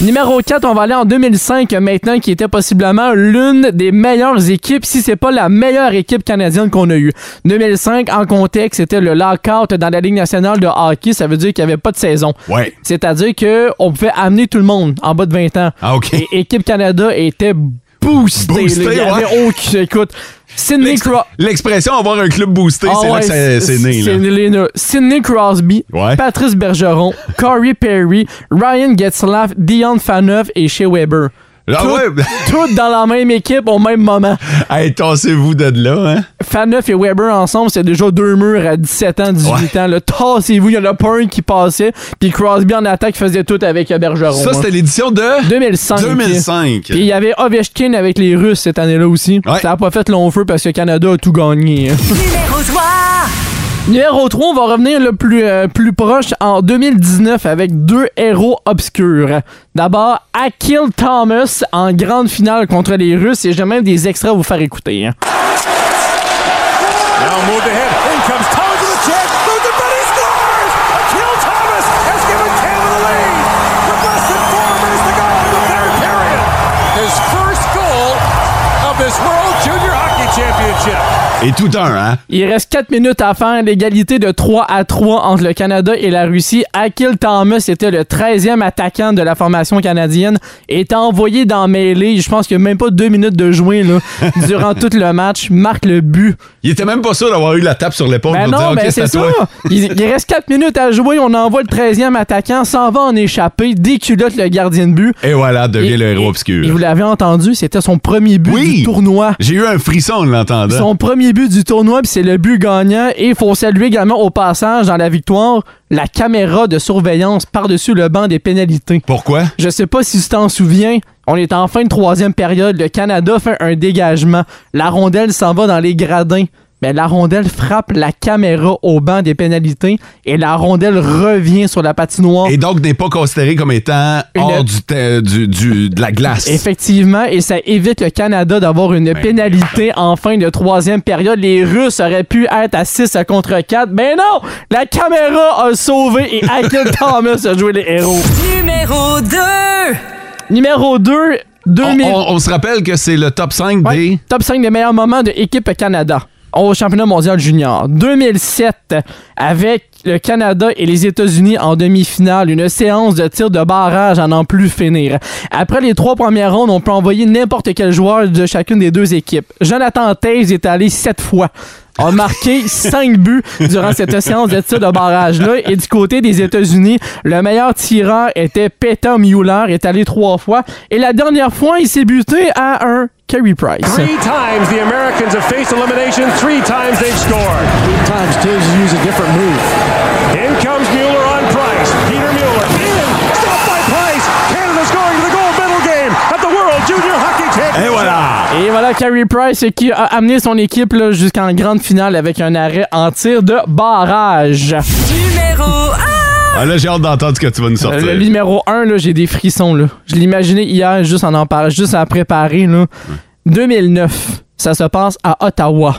Numéro 4, on va aller en 2005 maintenant, qui était possiblement l'une des meilleures équipes, si c'est pas la meilleure équipe canadienne qu'on a eue. 2005, en contexte, c'était le lockout dans la Ligue nationale de hockey. Ça veut dire qu'il n'y avait pas de saison.
Ouais.
C'est-à-dire que on pouvait amener tout le monde en bas de 20 ans.
Ah, OK.
Et Équipe Canada était boostée.
Boostée,
là. Il y avait
ouais.
aucun- écoute, Sidney
L'ex-
Cro-
L'expression avoir un club boosté,
ah
c'est
ouais,
là que ça- c'est né. là.
là. Sidney Crosby,
Ouais.
Patrice Bergeron, Corey Perry, Ryan Getzlaff, Dion Phaneuf et Shea Weber.
Ah
Toutes-
ouais. [LAUGHS]
Toutes dans la même équipe au même moment.
Hey, tassez-vous de là, hein?
Faneuf et Weber ensemble, c'est déjà deux murs à 17 ans, 18 ans. Là, tassez-vous, il y en a pas un qui passait. Puis Crosby en attaque faisait tout avec Bergeron.
Ça,
hein.
c'était l'édition de
2005.
2005.
Puis il y avait Ovechkin avec les Russes cette année-là aussi.
Ouais.
Ça n'a pas fait long feu parce que le Canada a tout gagné. hein.
Numéro 3.
Numéro 3, on va revenir le plus, euh, plus proche en 2019 avec deux héros obscurs. D'abord, Akil Thomas en grande finale contre les Russes et j'ai même des extraits à vous faire écouter. hein.
Now moved ahead. In comes Todd to the check. Moved it, but he scores! Akil Thomas has given Canada the lead. With less than four minutes to go in the third period. His first goal of this World Junior Hockey Championship.
Et tout un, hein?
Il reste 4 minutes à faire. L'égalité de 3 à 3 entre le Canada et la Russie. Akil Thomas était le 13e attaquant de la formation canadienne. Est envoyé dans mêlée. Je pense qu'il n'y a même pas deux minutes de jouer là, [LAUGHS] durant tout le match. Marque le but.
Il était même pas sûr d'avoir eu la tape sur l'épaule
Ben
pour dire
non,
OK,
mais
c'est
c'est
à
ça.
toi.
Il, il reste 4 minutes à jouer. On envoie le 13e attaquant. S'en va en échappé. Déculotte le gardien de but.
Et voilà, devient
Et-
le héros
et-
obscur.
Et vous l'avez entendu, c'était son premier but
Oui.
du tournoi.
J'ai eu un frisson en l'entendant.
Son premier but du tournoi, puis c'est le but gagnant. Et il faut saluer également au passage, dans la victoire, la caméra de surveillance par-dessus le banc des pénalités.
Pourquoi?
Je sais pas si tu t'en souviens, on est en fin de troisième période, le Canada fait un dégagement. La rondelle s'en va dans les gradins. Mais la rondelle frappe la caméra au banc des pénalités et la rondelle revient sur la patinoire.
Et donc n'est pas considéré comme étant
Une-
hors du, te- du- du- de la glace.
Effectivement, et ça évite le Canada d'avoir une
Ben,
pénalité en fin de troisième période. Les Russes auraient pu être à 6 contre 4. Mais non! La caméra a sauvé et
[LAUGHS]
Akil Thomas a joué les héros.
Numéro 2.
Numéro 2,
On,
2000.
on- on se rappelle que c'est le top 5
Ouais,
des...
Top 5 des meilleurs moments de équipe Canada au championnat mondial junior. 2007, avec le Canada et les États-Unis en demi-finale, une séance de tir de barrage à n'en plus finir. Après les trois premières rondes, on peut envoyer n'importe quel joueur de chacune des deux équipes. Jonathan Taves est allé sept fois a marqué 5 buts durant cette séance de tir de barrage-là. Et du côté des États-Unis, le meilleur tireur était Peter Mueller, est allé trois fois. Et la dernière fois, il s'est buté à un Carey Price.
Three times the Americans have faced elimination. Three times they've scored. Three times Taves use a different move. In comes Mueller on Price. Peter Mueller in. Stopped by Price. Canada scoring to the gold medal game at the World Junior Hockey Championship.
Et voilà!
Et voilà Carey Price qui a amené son équipe là, jusqu'en grande finale avec un arrêt en tir de barrage.
Numéro 1.
Ah, là, j'ai hâte d'entendre ce que tu vas nous
Euh,
sortir.
Le numéro 1, là, j'ai des frissons. Là. Je l'imaginais hier, juste en en par- juste à préparer. Là. 2009, ça se passe à Ottawa.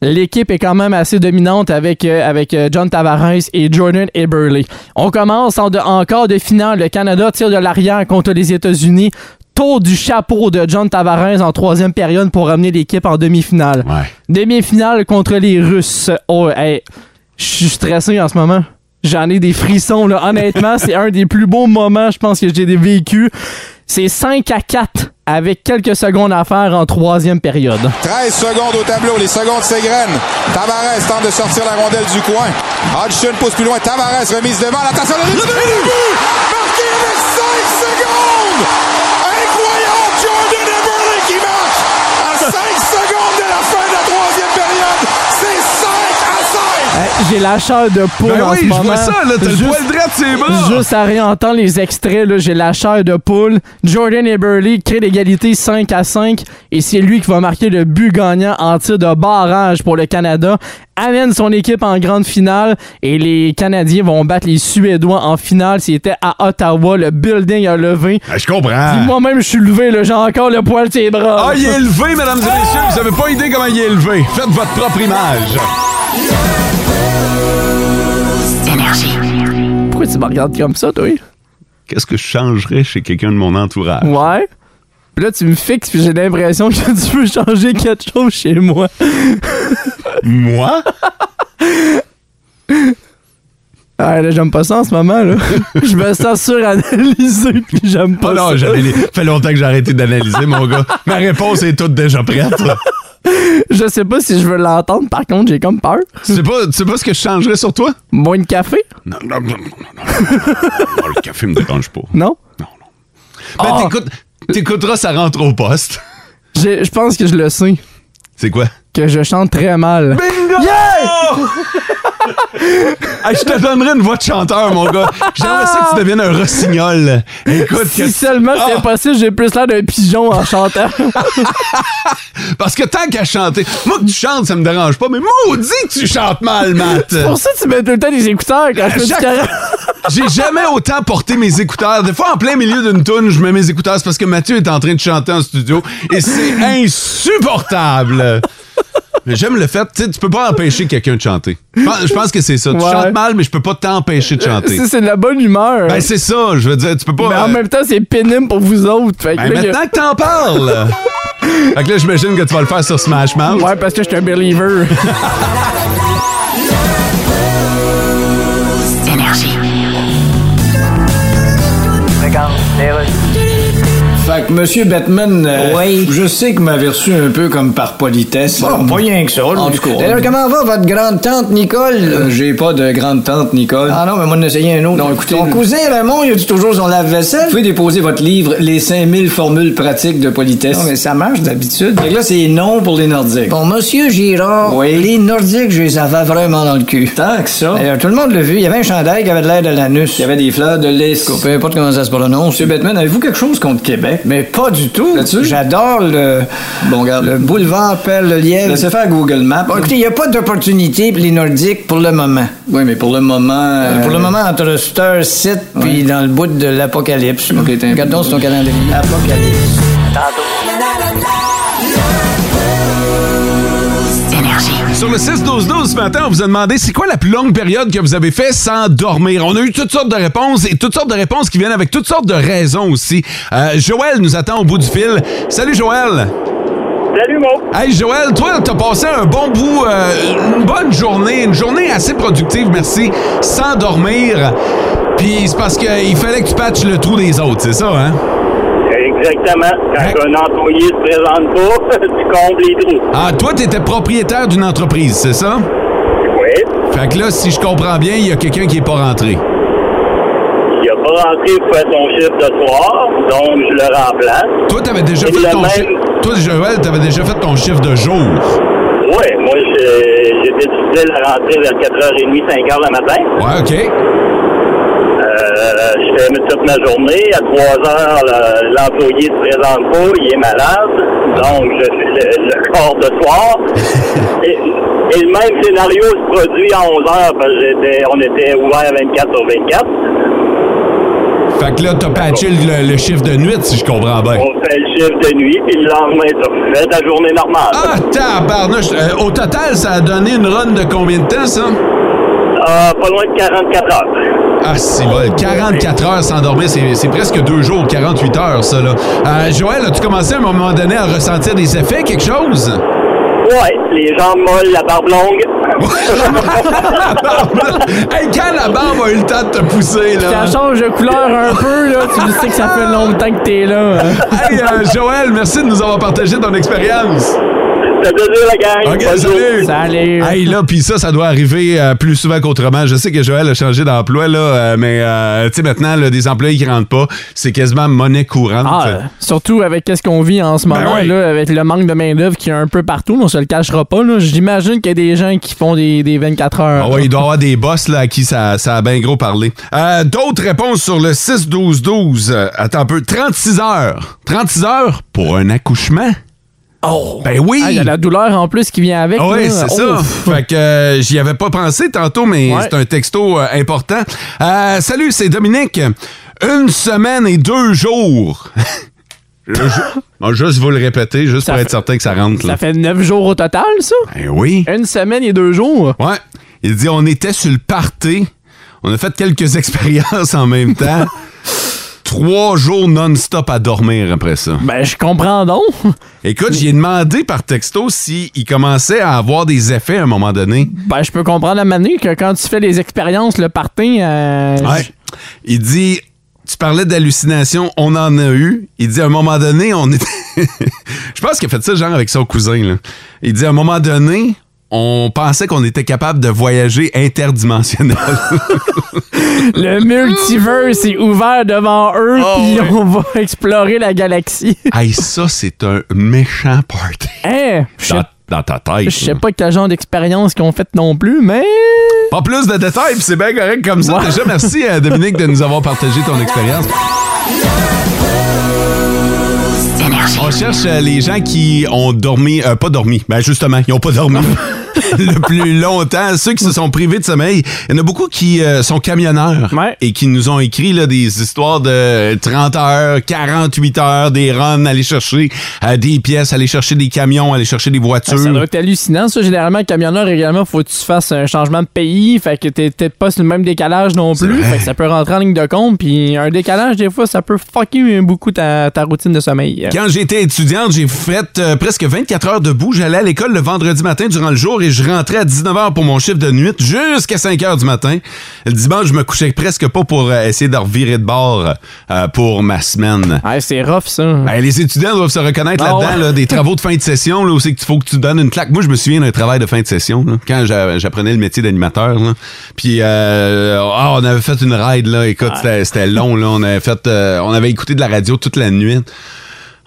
L'équipe est quand même assez dominante avec, euh, avec euh, John Tavares et Jordan Eberle. On commence en, de, en quart de finale. Le Canada tire de l'arrière contre les États-Unis. Tour du chapeau de John Tavares en troisième période pour ramener l'équipe en demi-finale.
Ouais.
Demi-finale contre les Russes. Oh, hey, je suis stressé en ce moment. J'en ai des frissons, là. Honnêtement, c'est un des plus beaux moments, je pense, que j'ai des vécu. C'est 5 à 4 avec quelques secondes à faire en troisième période.
13 secondes au tableau, les secondes s'égrènent. Tavares tente de sortir la rondelle du coin. Hodgson pousse plus loin, Tavares remise devant, l'attention de le but! Marqué avec 5 secondes! Incroyable! Jordan Eberle qui marque à 5 secondes de la fin de la troisième période! C'est 5 à 5!
Euh, J'ai la chair de poule
Ben
en
oui,
ce
je
moment.
vois ça, là, t'as le
Juste-
poil droit de ses bras.
Juste à réentendre les extraits, là, j'ai la chair de poule. Jordan Eberle crée l'égalité 5 à 5 et c'est lui qui va marquer le but gagnant en tir de barrage pour le Canada. Amène son équipe en grande finale et les Canadiens vont battre les Suédois en finale. C'était à Ottawa, le building a levé.
Ah, je comprends.
Moi-même, je suis levé, là, j'ai encore le poil de ses bras.
Ah, il est élevé, mesdames et messieurs. Vous avez pas idée comment il est élevé. Faites votre propre image.
Pourquoi tu me regardes comme ça, toi?
Qu'est-ce que je changerais chez quelqu'un de mon entourage?
Ouais. Puis là, tu me fixes, puis j'ai l'impression que [LAUGHS] tu veux changer quelque chose chez moi.
Moi?
Ah, là, j'aime pas ça en ce
[LAUGHS]
moment, là. Je me sens suranalysé, puis j'aime pas
Oh non, [LAUGHS]
ça.
j'analyse. fait longtemps que j'ai arrêté d'analyser, mon gars. Ma réponse est toute déjà prête. là.
Je sais pas si je veux l'entendre, par contre, j'ai comme peur.
Tu sais pas, tu sais pas ce que je changerais sur toi?
Moins de café?
Non, non, non, non, non, non, non, le café me dérange pas.
Non?
Non, non. Ben,
Ah.
t'écoutes- t'écouteras, ça rentre au poste.
J'ai- Je pense que je le sais,
[LAUGHS] C'est quoi?
que je chante très mal.
Hey, je te donnerai une voix de chanteur, mon gars. J'aimerais ça que tu deviennes un rossignol. Écoute, que-
Ah. si seulement c'est
Ah, Euh.
possible, j'ai plus l'air d'un pigeon en chantant.
[LAUGHS] Parce que tant qu'à chanter, moi que tu chantes, ça me dérange pas, mais maudit que tu chantes mal, Matt!
[LAUGHS] Pour ça, tu mets tout le temps des écouteurs quand je fais du
chaque-
karaoké.
J'ai jamais autant porté mes écouteurs. Des fois, en plein milieu d'une toune, je mets mes écouteurs. C'est parce que Mathieu est en train de chanter en studio et
[LAUGHS]
c'est insupportable. Mais j'aime le fait, tu sais, tu peux pas empêcher quelqu'un de chanter. Je pense- je pense que c'est ça. Tu
Ouais.
chantes mal, mais je peux pas t'empêcher de chanter.
Si c'est de la bonne humeur.
Ben, c'est ça. Je veux dire, tu peux pas.
mais en
euh,
même temps, c'est pénible pour vous autres. Fait que
ben,
là, y a-
maintenant que t'en parles. Fait que là, j'imagine que tu vas le faire sur Smash Mouth.
Ouais, parce que je suis
[LAUGHS]
un believer.
Regarde, les rues.
Fait que Monsieur Batman, euh, je sais que m'avait reçu un peu comme par politesse.
Bon, pas rien que ça, là. D'ailleurs, comment va votre grande-tante Nicole?
Euh, J'ai pas de grande-tante, Nicole.
Ah non, mais moi, on essayait un autre.
Non, écoutez,
Ton
le-
cousin Raymond, il a dit toujours son
Vous
lave-vaisselle.
pouvez déposer votre livre Les 5000 formules pratiques de politesse.
Non, mais ça marche d'habitude.
Fait que là, c'est non pour les Nordiques.
Bon, Monsieur Girard,
Oui.
les Nordiques, je les avais vraiment dans le cul.
Tant que ça.
D'ailleurs, tout le monde l'a vu, il y avait un chandail qui avait de l'air de l'anus.
Il y avait des fleurs de lys.
Peu importe comment ça se prononce.
Monsieur Batman, avez-vous quelque chose contre Québec?
Mais pas du tout.
Là-dessus?
J'adore le,
Bon, regarde.
le boulevard Perle-Lièvre.
Laissez faire Google Maps.
Bon, écoutez, il n'y a pas d'opportunité pour les Nordiques pour le moment.
Oui, mais pour le moment. euh,
Pour le moment, entre Star 7 puis dans le bout de l'Apocalypse.
Ok, t'es un-
Regarde donc sur ton calendrier. Apocalypse.
Sur le 6-12-12 ce matin, on vous a demandé c'est quoi la plus longue période que vous avez fait sans dormir. On a eu toutes sortes de réponses et toutes sortes de réponses qui viennent avec toutes sortes de raisons aussi. Euh, Joël nous attend au bout du fil. Salut Joël!
Salut, Mo.
Hey Joël, toi, t'as passé un bon bout, euh, une bonne journée, une journée assez productive, merci, sans dormir. Puis c'est parce qu'il fallait que tu patches le trou des autres, c'est ça, hein?
Exactement. Quand un employé se présente pas, [LAUGHS] tu combles les trous.
Ah, toi, t'étais propriétaire d'une entreprise, c'est ça?
Oui.
Fait que là, si je comprends bien, il y a quelqu'un qui est pas rentré.
Il a pas rentré pour faire son chiffre de soir, donc je le remplace.
Toi, t'avais déjà
Et
fait
le
ton
même-
chiffre. Toi, Joël, t'avais déjà fait ton chiffre de jour.
Oui, moi, je- j'étais difficile à rentrer vers 4h30, 5h le matin.
Ouais, OK.
Euh, je fais toute ma journée. À 3h, le- l'employé se présente pas, il est malade, donc je fais le, le corps de soir. et, et le même scénario se produit à 11h, parce que j'étais- on était ouvert 24 sur 24.
Fait que là, t'as patché le, le chiffre de nuit, si je comprends bien.
On fait le chiffre de nuit, puis le lendemain, tu refais ta journée normale.
Ah, tabarnouche! Euh, au total, ça a donné une run de combien de temps, ça?
Euh, pas loin de 44 heures.
Ah, c'est bon. 44 heures sans dormir, c'est c'est presque deux jours, 48 heures, ça, là. Euh, Joël, as-tu commencé à un moment donné à ressentir des effets, quelque chose? [LAUGHS]
Ouais, les jambes molles, la barbe longue. [LAUGHS]
La barbe, là. Hey, quand la barbe a eu le temps de te pousser, là?
ça change de couleur un peu, là. Tu le sais que ça fait longtemps que t'es là.
[LAUGHS]
hein.
Hey, euh, Joël, merci de nous avoir partagé ton expérience.
Ça plaisir, la gang.
OK,
Bonne journée.
salut!
Salut.
Hey, là, puis ça, ça doit arriver euh, plus souvent qu'autrement. Je sais que Joël a changé d'emploi, là, euh, mais euh, tu sais, maintenant, là, des employés qui rentrent pas, c'est quasiment monnaie courante.
Ah, euh, surtout avec qu'est-ce qu'on vit en ce
Ben
moment
ouais.
là, avec le manque de main d'œuvre qui est un peu partout, on se le cachera pas là. J'imagine qu'il y a des gens qui font des, des 24 heures.
Ah ouais, il doit y avoir des boss là, à qui ça, ça a bien gros parlé. Euh, D'autres réponses sur le 6-12-12. Euh, attends un peu. 36 heures. 36 heures pour un accouchement? Oh! Ben oui!
Ah, il y a la douleur en plus qui vient avec.
Ah ouais,
là.
c'est ça.
Oh.
Fait que euh, j'y avais pas pensé tantôt, mais
Ouais.
c'est un texto euh, important. Euh, salut, c'est Dominique. Une semaine et deux jours. [LAUGHS] Je- je- bon, juste vous le répéter, juste
Ça
pour être
fait-
certain que ça rentre.
Ça
Là.
fait 9 jours au total, ça?
Ben oui.
Une semaine et deux jours.
Ouais. Il dit on était sur le party. On a fait quelques [LAUGHS] expériences en même temps. [LAUGHS] Trois jours non-stop à dormir après ça.
Ben, je comprends donc. [LAUGHS]
Écoute, j'ai demandé par texto s'il commençait à avoir des effets à un moment donné.
Ben, je peux comprendre à Mané que quand tu fais les expériences, le party, euh,
Ouais. Il dit Tu parlais d'hallucinations, on en a eu. Il dit à un moment donné, on était. [LAUGHS] Je pense qu'il a fait ça genre avec son cousin. Là. Il dit à un moment donné, on pensait qu'on était capable de voyager interdimensionnel.
[LAUGHS] le multiverse est ouvert devant eux,
Oh,
puis
ouais.
on va explorer la galaxie.
[LAUGHS]
[LAUGHS]
hey, ça, c'est un méchant party.
Hein? Je sais
Dans, dans ta tête.
Je sais pas quel genre d'expérience qu'ils ont faite non plus, mais.
Pas plus de détails, puis c'est bien correct comme ça.
Ouais.
Déjà, merci à Dominique de nous avoir partagé ton expérience. On cherche euh, les gens qui ont dormi, euh, pas dormi, ben justement, ils ont pas dormi. le plus longtemps. Ceux qui se sont privés de sommeil, il y en a beaucoup qui euh, sont camionneurs et qui nous ont écrit là, des histoires de 30 heures, 48 heures, des runs, aller chercher euh, des pièces, aller chercher des camions, aller chercher des voitures.
Ça doit être hallucinant, ça. Généralement, camionneur, également, faut que tu fasses un changement de pays. Fait que t'es peut-être pas sur le même décalage non plus. Fait que ça peut rentrer en ligne de compte. Puis un décalage, des fois, ça peut fucker beaucoup ta, ta routine de sommeil.
Quand j'étais étudiante, j'ai fait euh, presque 24 heures debout. J'allais à l'école le vendredi matin durant le jour et je rentrais à 19h pour mon chiffre de nuit jusqu'à 5h du matin. Le dimanche, je me couchais presque pas pour euh, essayer de revirer de bord euh, pour ma semaine.
Ah, c'est rough, ça. [LAUGHS]
Ben, les étudiants doivent se reconnaître
Ah
là-dedans,
ouais.
là, des travaux de fin de session, là, où c'est qu'il faut que tu donnes une claque. Moi, je me souviens d'un travail de fin de session, là, quand j'a- j'apprenais le métier d'animateur. là. Puis, euh, ah, on avait fait une ride, là. Écoute, c'était- c'était long, là. On avait, fait, euh, on avait écouté de la radio toute la nuit.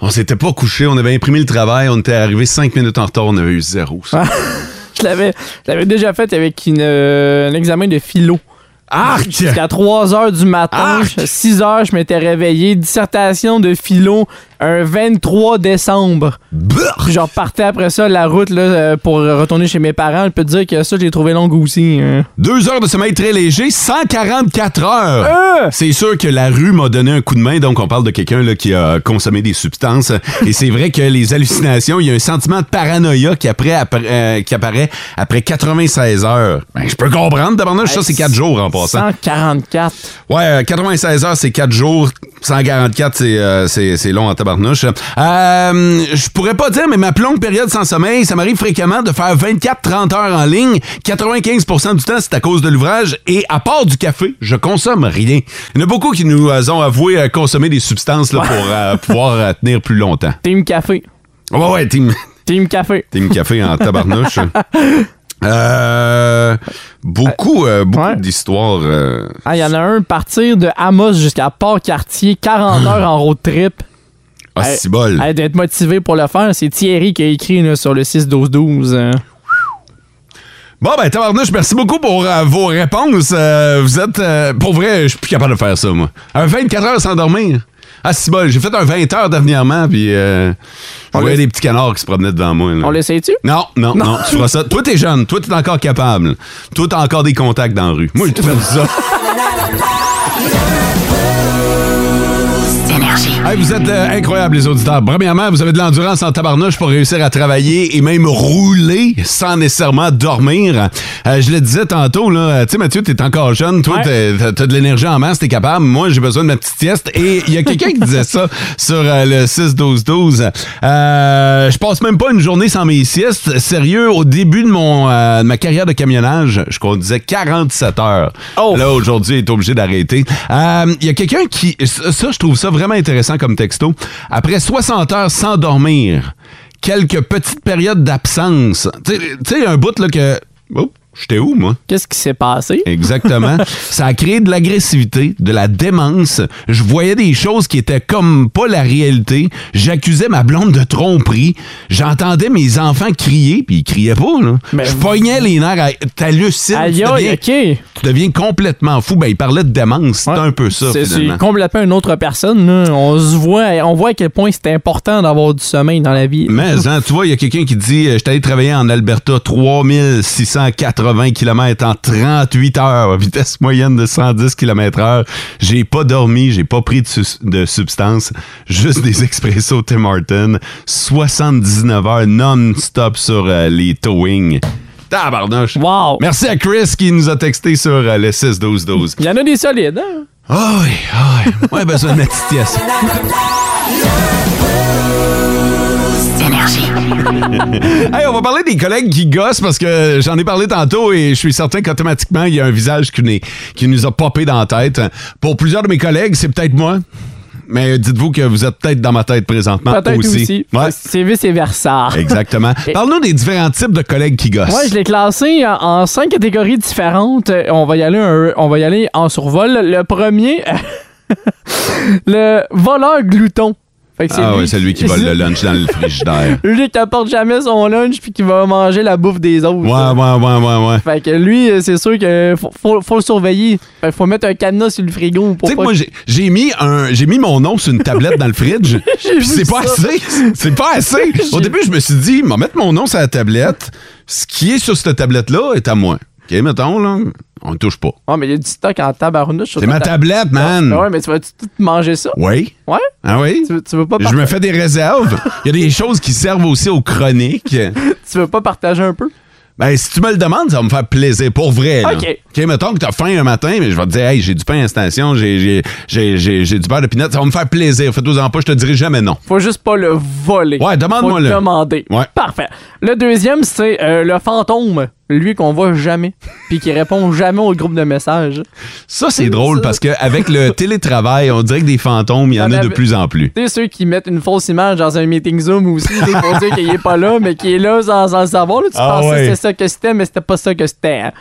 On s'était pas couché, on avait imprimé le travail, on était arrivé cinq minutes en retard, on avait eu zéro.
Ah,
ça.
Je l'avais, je l'avais déjà fait avec une, euh, un examen de philo.
Arc!
Jusqu'à 3 heures du matin, 6 heures, je m'étais réveillé. Dissertation de philo, un 23 décembre. Puis je repartais après ça la route là, euh, pour retourner chez mes parents. Je peux te dire que ça, je l'ai trouvé longue aussi. hein.
Deux heures de sommeil très léger, 144 heures. C'est sûr que la rue m'a donné un coup de main, donc on parle de quelqu'un là, qui a consommé des substances. Et c'est vrai que les hallucinations, il y a un sentiment de paranoïa qui, après, appara- euh, qui apparaît après 96 heures. Ben, je peux comprendre, d'abord, ça c'est quatre jours en passant.
144.
Ouais, euh, 96 heures, c'est 4 jours. 144, c'est euh, c'est- c'est long en tabarnouche. Euh, je pourrais pas dire, mais ma plus longue période sans sommeil, ça m'arrive fréquemment de faire 24-30 heures en ligne. 95 du temps, c'est à cause de l'ouvrage. Et à part du café, je consomme rien. Il y en a beaucoup qui nous euh, ont avoué euh, consommer des substances là, pour euh, pouvoir euh, tenir plus longtemps.
Team Café.
Ouais, ouais, team...
Team Café.
Team Café en tabarnouche. Euh, beaucoup euh, beaucoup d'histoires... euh,
Ah, il y en a un, partir de Amos jusqu'à Port-Cartier, 40 heures en road trip.
Ah,
Hey,
c'est bol.
hey, D'être motivé pour le faire, c'est Thierry qui a écrit là, sur le 6-12-12. hein.
Bon, ben, tabarnouche, merci beaucoup pour euh, vos réponses. Euh, vous êtes. euh, pour vrai, je suis plus capable de faire ça, moi. Un 24 heures sans dormir. Ah, si bol, j'ai fait un 20 heures dernièrement, puis. Euh, je voyais des petits canards qui se promenaient devant moi. là.
On l'essaye-tu?
Non, non, non, tu feras ça. Toi, t'es jeune. Toi, t'es encore capable. Toi, t'as encore des contacts dans la rue. Moi, j'ai tout fait ça. Hey, vous êtes euh, incroyables, les auditeurs. Premièrement, vous avez de l'endurance en tabarnouche pour réussir à travailler et même rouler sans nécessairement dormir. Euh, je le disais tantôt, là, euh, tu sais, Mathieu, t'es encore jeune. Toi, t'as- t'as- t'as de l'énergie en masse, t'es capable. Moi, j'ai besoin de ma petite sieste. Et il y a quelqu'un qui disait ça sur euh, le 6-12-12. Euh, je passe même pas une journée sans mes siestes. Sérieux, au début de mon euh, de ma carrière de camionnage, je conduisais 47 heures. Là, aujourd'hui, il est obligé d'arrêter. Euh, Il y a quelqu'un qui... Ça, ça, je trouve ça vraiment intéressant comme texto. Après 60 heures sans dormir, quelques petites périodes d'absence. Tu sais- tu sais, un bout là que... Oh, j'étais où, moi?
Qu'est-ce qui s'est passé? [LAUGHS]
Exactement. ça a créé de l'agressivité, de la démence. Je voyais des choses qui étaient comme pas la réalité. J'accusais ma blonde de tromperie. J'entendais mes enfants crier, puis ils criaient pas, là. je pognais les nerfs. à- T'hallucines.
Aïe,
tu
aïe,
deviens- Tu deviens complètement fou. Ben, il parlait de démence. C'est un peu ça,
C'est c'est
finalement.
complètement une autre personne. là. On se voit, on voit à quel point c'est important d'avoir du sommeil dans la vie.
Mais hein, tu vois, il y a quelqu'un qui dit euh, Je suis allé travailler en Alberta 3680 km en 38 heures, [LAUGHS] vitesse moyenne de 110 km/h. J'ai pas dormi, j'ai pas pris de, sus- de substance, juste des [LAUGHS] expressos Tim Hortons. 79 heures non-stop sur euh, les towing. Tabarnouche.
Wow.
Merci à Chris qui nous a texté sur euh, le 6-12-12.
Il y en a des solides, hein?
Ah oui, ah oui. Moi, j'ai besoin de ma petite sieste. [LAUGHS] hey, on va parler des collègues qui gossent parce que j'en ai parlé tantôt et je suis certain qu'automatiquement, il y a un visage qui, n'est- qui nous a popé dans la tête. Pour plusieurs de mes collègues, c'est peut-être moi. Mais dites-vous que vous êtes peut-être dans ma tête présentement
Peut-être
Ah, aussi.
aussi.
Ouais.
C'est vice et versa.
[LAUGHS] Exactement.
[LAUGHS] Et-
Parle-nous des différents types de collègues qui gossent.
Ouais, je l'ai classé en, en cinq catégories différentes. Euh, On va y aller, un- on va y [LAUGHS] aller en survol. Le premier, le voleur glouton. Fait Fait que c'est
Ah
lui
ouais, c'est lui qui vole
[LAUGHS]
le lunch dans le frigidaire.
Lui qui apporte jamais son lunch puis qui va manger la bouffe des autres.
Ouais,
là.
ouais, ouais, ouais, ouais.
Fait que lui, euh, c'est sûr que faut, faut, faut le surveiller. Fait que faut mettre un cadenas sur le frigo pour
Tu sais que
pas
moi,
que-
j'ai- j'ai mis, un- j'ai mis mon nom sur une tablette dans le fridge.
[LAUGHS] J'ai
Puis
vu
c'est pas
ça.
assez. C'est pas
[LAUGHS]
assez. Au début, je me suis dit, m'en mettre mon nom sur la tablette. Ce qui est sur cette tablette-là est à moi. OK, mettons, là, on ne touche pas.
Ouais, Ah, mais il y a du stock en tabarnouche. sur
C'est
ta
ma
table.
tablette, man.
Ouais, ouais, mais tu vas tout manger ça?
Oui.
Ouais?
Ah oui?
Tu, veux- tu veux pas
Je
par-
me fais des réserves. Il y a des choses qui servent aussi aux chroniques.
Tu veux pas partager un peu?
Ben, si tu me le demandes, ça va me faire plaisir, pour vrai. Là.
OK.
mettons que t'as faim un matin, mais je vais te dire, hey, j'ai du pain à station, j'ai- j'ai j'ai- j'ai- j'ai du beurre de pinot, ça va me faire plaisir. Faites-vous en pas, je te dirai jamais non.
Faut juste pas le voler.
Ouais,
Faut
demande-moi
le
le.
demander.
Ouais.
Parfait. Le deuxième, c'est euh, le fantôme. Lui qu'on
[LAUGHS]
voit jamais, puis qui répond jamais au groupe de messages.
Ça, c'est drôle parce qu'avec
[LAUGHS]
le télétravail, on dirait que des fantômes, il y en
Y'en
a de
avait-
plus en plus.
Tu sais, ceux qui mettent une fausse image dans un meeting Zoom aussi, tu sais, pour dire qu'il est pas là, mais qui est là sans, sans le savoir. là. tu
Ah
pensais
ouais.
que c'était ça que c'était, mais c'était pas ça que c'était. hein.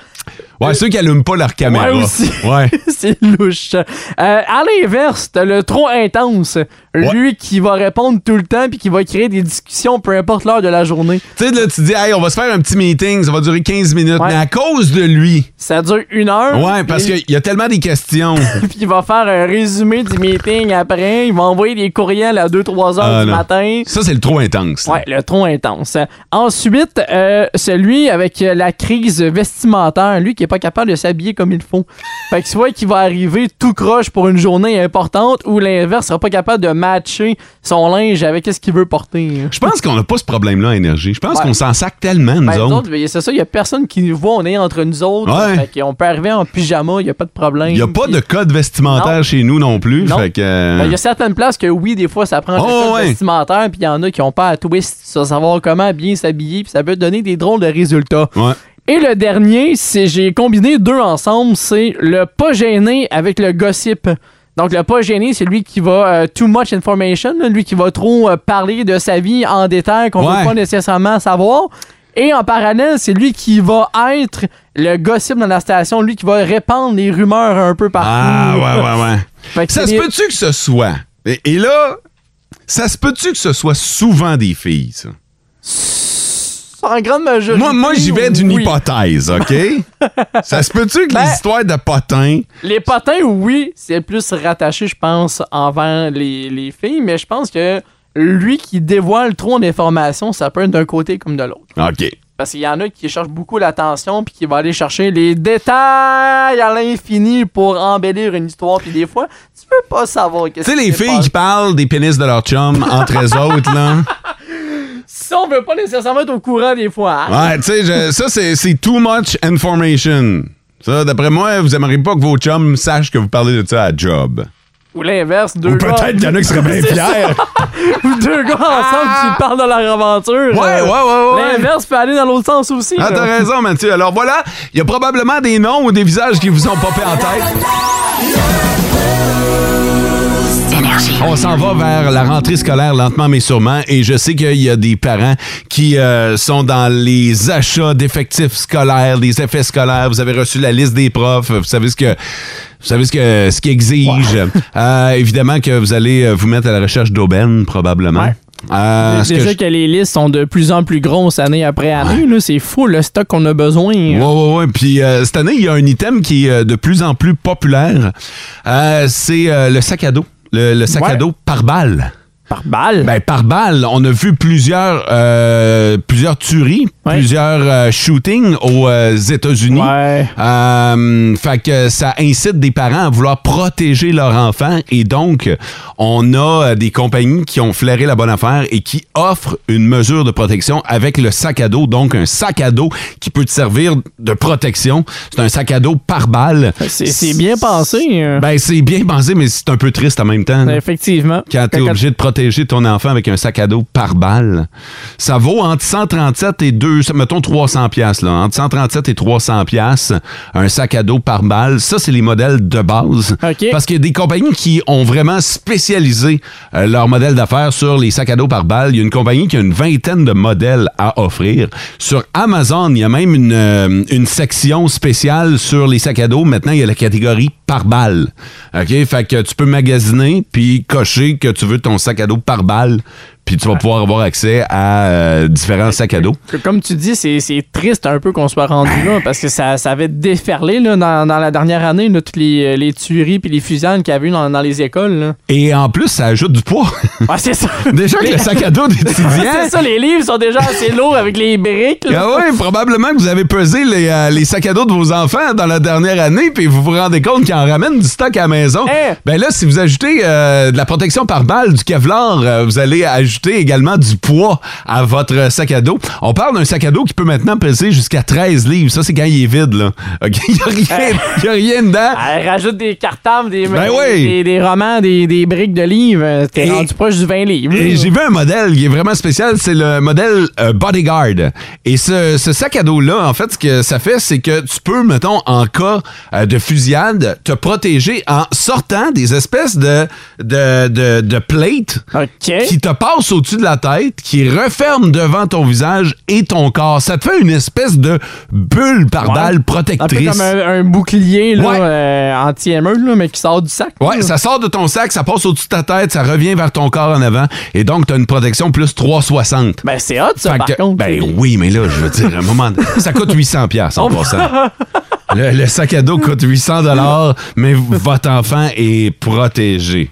Ouais, ceux qui allument pas leur caméra.
Ouais, aussi.
Ah, Ouais.
[LAUGHS] c'est louche. Euh, à l'inverse, t'as le trop intense. Lui qui va répondre tout le temps puis qui va créer des discussions peu importe l'heure de la journée.
Tu sais, là, tu dis, hey, on va se faire un petit meeting, ça va durer 15 minutes,
Ouais.
mais à cause de lui.
Ça dure une heure.
Ouais, parce
puis-
qu'il y a tellement des
[LAUGHS]
questions.
Puis il va faire un résumé du meeting après. Il va envoyer des courriels à 2-3 heures
Ah,
du
non.
matin.
Ça, c'est le trop intense. là.
Ouais, le trop intense. Euh, Ensuite, euh, celui avec euh, la crise vestimentaire, lui qui est pas capable de s'habiller comme il faut. Fait que soit qu'il va arriver tout croche pour une journée importante ou l'inverse sera pas capable de matcher son linge avec ce qu'il veut porter.
Je pense qu'on n'a pas ce problème-là à énergie. Je pense
Ouais.
qu'on s'en sac tellement, nous
Ben, nous
autres.
autres, ben, c'est ça, il y a personne qui nous voit, on est entre nous autres.
Ouais.
Fait qu'on peut arriver en pyjama, il y a pas de problème.
Il n'y a pas de code vestimentaire
ben, Non.
chez nous non plus.
Non.
Fait que. euh,
Ben, Il y a certaines places que oui, des fois, ça prend un
Hein. Oh,
code
ouais.
vestimentaire, puis il y en a qui ont pas à twist sur savoir comment bien s'habiller, puis ça peut donner des drôles de résultats.
Ouais.
Et le dernier, c'est j'ai combiné deux ensemble, c'est le pas gêné avec le gossip. Donc le pas gêné, c'est lui qui va euh, too much information, là, lui qui va trop euh, parler de sa vie en détail qu'on ne
Ouais.
veut pas nécessairement savoir. Et en parallèle, c'est lui qui va être le gossip dans la station, lui qui va répandre les rumeurs un peu partout.
Ah, ouais, ouais, ouais.
[LAUGHS] Fait que
ça
c'est
se
des-
peut-tu que ce soit. Et, et là, ça se peut-tu que ce soit souvent des filles, ça?
En grande majorité.
Moi, moi j'y vais d'une
oui.
hypothèse,
[LAUGHS]
OK? ça se peut-tu que
Ben-
l'histoire de potin.
Les potins, oui, c'est plus rattaché, je pense, envers les, les filles, mais je pense que lui qui dévoile trop d'informations, ça peut être d'un côté comme de l'autre.
OK.
Parce qu'il y en a qui cherchent beaucoup l'attention puis qui vont aller chercher les détails à l'infini pour embellir une histoire. Puis des fois, tu peux pas savoir
Tu
qu'est-ce
sais,
qui
les
s'est
filles
passé.
qui parlent des pénis de leur chum entre eux autres,
[LAUGHS]
là.
Si on veut pas nécessairement être au courant des fois. hein?
Ouais, tu sais, je- ça, c'est c'est too much information. Ça, d'après moi, vous aimeriez pas que vos chums sachent que vous parlez de ça à job.
Ou l'inverse, deux
Ou
gars-
peut-être qu'il y en a qui seraient bien
C'est ça.
fiers.
Ou [LAUGHS] deux gars ensemble qui parlent de leur aventure. euh,
Ouais, ouais, ouais, ouais.
L'inverse peut aller dans l'autre sens aussi.
Ah,
là.
t'as raison, Mathieu. Alors voilà, il y a probablement des noms ou des visages qui vous ont popé en tête. On s'en va vers la rentrée scolaire lentement mais sûrement et je sais qu'il y a des parents qui euh, sont dans les achats d'effectifs scolaires, des effets scolaires. Vous avez reçu la liste des profs, vous savez ce que vous savez ce que ce qu'ils exigent. Euh, évidemment que vous allez euh, vous mettre à la recherche d'aubaines probablement. Euh, ce que
Déjà
je-
que les listes sont de plus en plus grosses année après année, là, c'est fou le stock qu'on a besoin.
Ouais, ouais, ouais. Puis euh, cette année, il y a un item qui est euh, de plus en plus populaire. Euh, c'est euh, le sac à dos. Le, le sac à
Ouais.
dos par balle.
Par balle?
Ben, par balle. On a vu plusieurs, euh, plusieurs tueries, plusieurs euh, shootings aux euh, États-Unis. Euh, fait que ça incite des parents à vouloir protéger leurs enfants. Et donc, on a euh, des compagnies qui ont flairé la bonne affaire et qui offrent une mesure de protection avec le sac à dos. Donc, un sac à dos qui peut te servir de protection. C'est un sac à dos par balle.
C'est, c'est bien pensé. hein.
Ben, c'est bien pensé, mais c'est un peu triste en même temps. là.
ben, Effectivement.
Quand t'es obligé de protéger ton enfant avec un sac à dos par balle, ça vaut entre 137 et 200 200, mettons 300 pièces là, entre 137 et 300 pièces, un sac à dos par balle. Ça, c'est les modèles de base. Parce qu'il y a des compagnies qui ont vraiment spécialisé euh, leur modèle d'affaires sur les sacs à dos par balle. Il y a une compagnie qui a une vingtaine de modèles à offrir. Sur Amazon, il y a même une, euh, une section spéciale sur les sacs à dos. Maintenant, il y a la catégorie par balle. OK? Fait que tu peux magasiner puis cocher que tu veux ton sac à dos par balle. Puis tu vas pouvoir avoir accès à euh, différents sacs à dos.
Que- Comme tu dis, c'est c'est triste un peu qu'on soit rendu là parce que ça, ça avait déferlé là, dans, dans la dernière année, là, toutes les, euh, les tueries puis les fusillades qu'il y avait eu dans, dans les écoles.
[LAUGHS]
là.
Et en plus, ça ajoute du poids. [LAUGHS]
Ah, c'est ça.
Déjà que
Les-
le sac à dos d'étudiant.
[LAUGHS] c'est ça, les livres sont déjà assez lourds avec les briques. là.
Ah oui, probablement que vous avez pesé les, euh, les sacs à dos de vos enfants dans la dernière année, puis vous vous rendez compte qu'ils en ramènent du stock à la maison. Ben là, si vous ajoutez euh, de la protection par balle, du Kevlar, euh, vous allez ajouter également du poids à votre sac à dos. On parle d'un sac à dos qui peut maintenant peser jusqu'à 13 livres. Ça, c'est quand il est vide, là. OK? [LAUGHS] Il n'y a, rien- il y a rien dedans.
Elle rajoute Ah, des cartables, des,
Ben
des-
oui.
des, des romans, des, des briques de livres. Euh, T'es
Et-
rendu proche du 20 livres.
Et j'ai vu un modèle qui est vraiment spécial, c'est le modèle euh, Bodyguard. Et ce, ce sac à dos-là, en fait, ce que ça fait, c'est que tu peux, mettons, en cas euh, de fusillade, te protéger en sortant des espèces de, de, de, de plates qui te passent au-dessus de la tête, qui referment devant ton visage et ton corps. Ça te fait une espèce de bulle par balle
Un peu
protectrice.
comme un, un bouclier là,
Ouais.
euh, anti-émeute, là, mais qui sort du sac.
Ouais, ça sort de ton sac, ça passe au-dessus de ta tête, ça revient vers ton corps en avant, et donc t'as une protection plus 360.
Ben c'est hot ça, par
contre. Ben oui, mais là, je veux dire, à un moment, donné, [LAUGHS] ça coûte 800 pièces en passant. [LAUGHS] Le, le sac à dos coûte 800 dollars, mais votre enfant est protégé.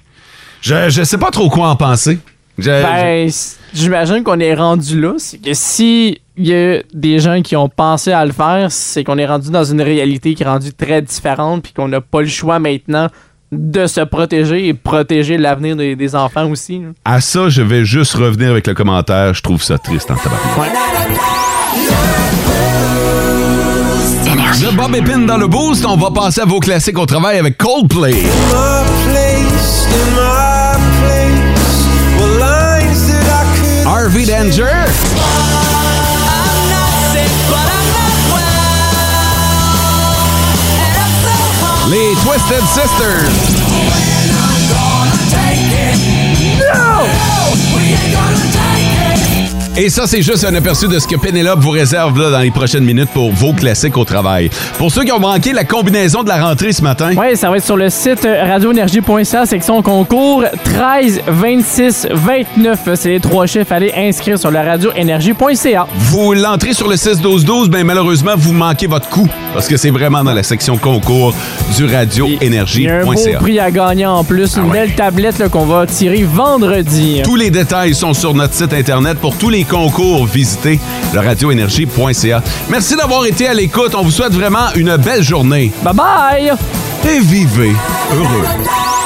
Je, je sais pas trop quoi en penser. Je- je-
Ben, c- j'imagine qu'on est rendu là. C'est que si il y a des gens qui ont pensé à le faire, c'est qu'on est rendu dans une réalité qui est rendue très différente, puis qu'on n'a pas le choix maintenant de se protéger et protéger l'avenir des, des enfants aussi. là.
à ça, je vais juste revenir avec le commentaire. Je trouve ça triste en tabac. Le Bob Épine dans le boost, on va passer à vos classiques au travail avec Coldplay. Harvey Danger. Les Twisted Sisters. Et ça, c'est juste un aperçu de ce que Pénélope vous réserve là, dans les prochaines minutes pour vos classiques au travail. Pour ceux qui ont manqué la combinaison de la rentrée ce matin,
Oui, ça va être sur le site euh, radioénergie.ca, section concours 13, 26, 29. C'est les trois chiffres. Allez inscrire sur le radioénergie.ca.
vous l'entrez sur le 6-12-12, ben malheureusement, vous manquez votre coup parce que c'est vraiment dans la section concours du
Il y a un beau
radioénergie.ca.
prix à gagner en plus, une belle tablette là, qu'on va tirer vendredi.
Tous les détails sont sur notre site Internet. Pour tous les concours, visitez le radioénergie.ca. Merci d'avoir été à l'écoute. On vous souhaite vraiment une belle journée.
Bye bye!
Et vivez heureux.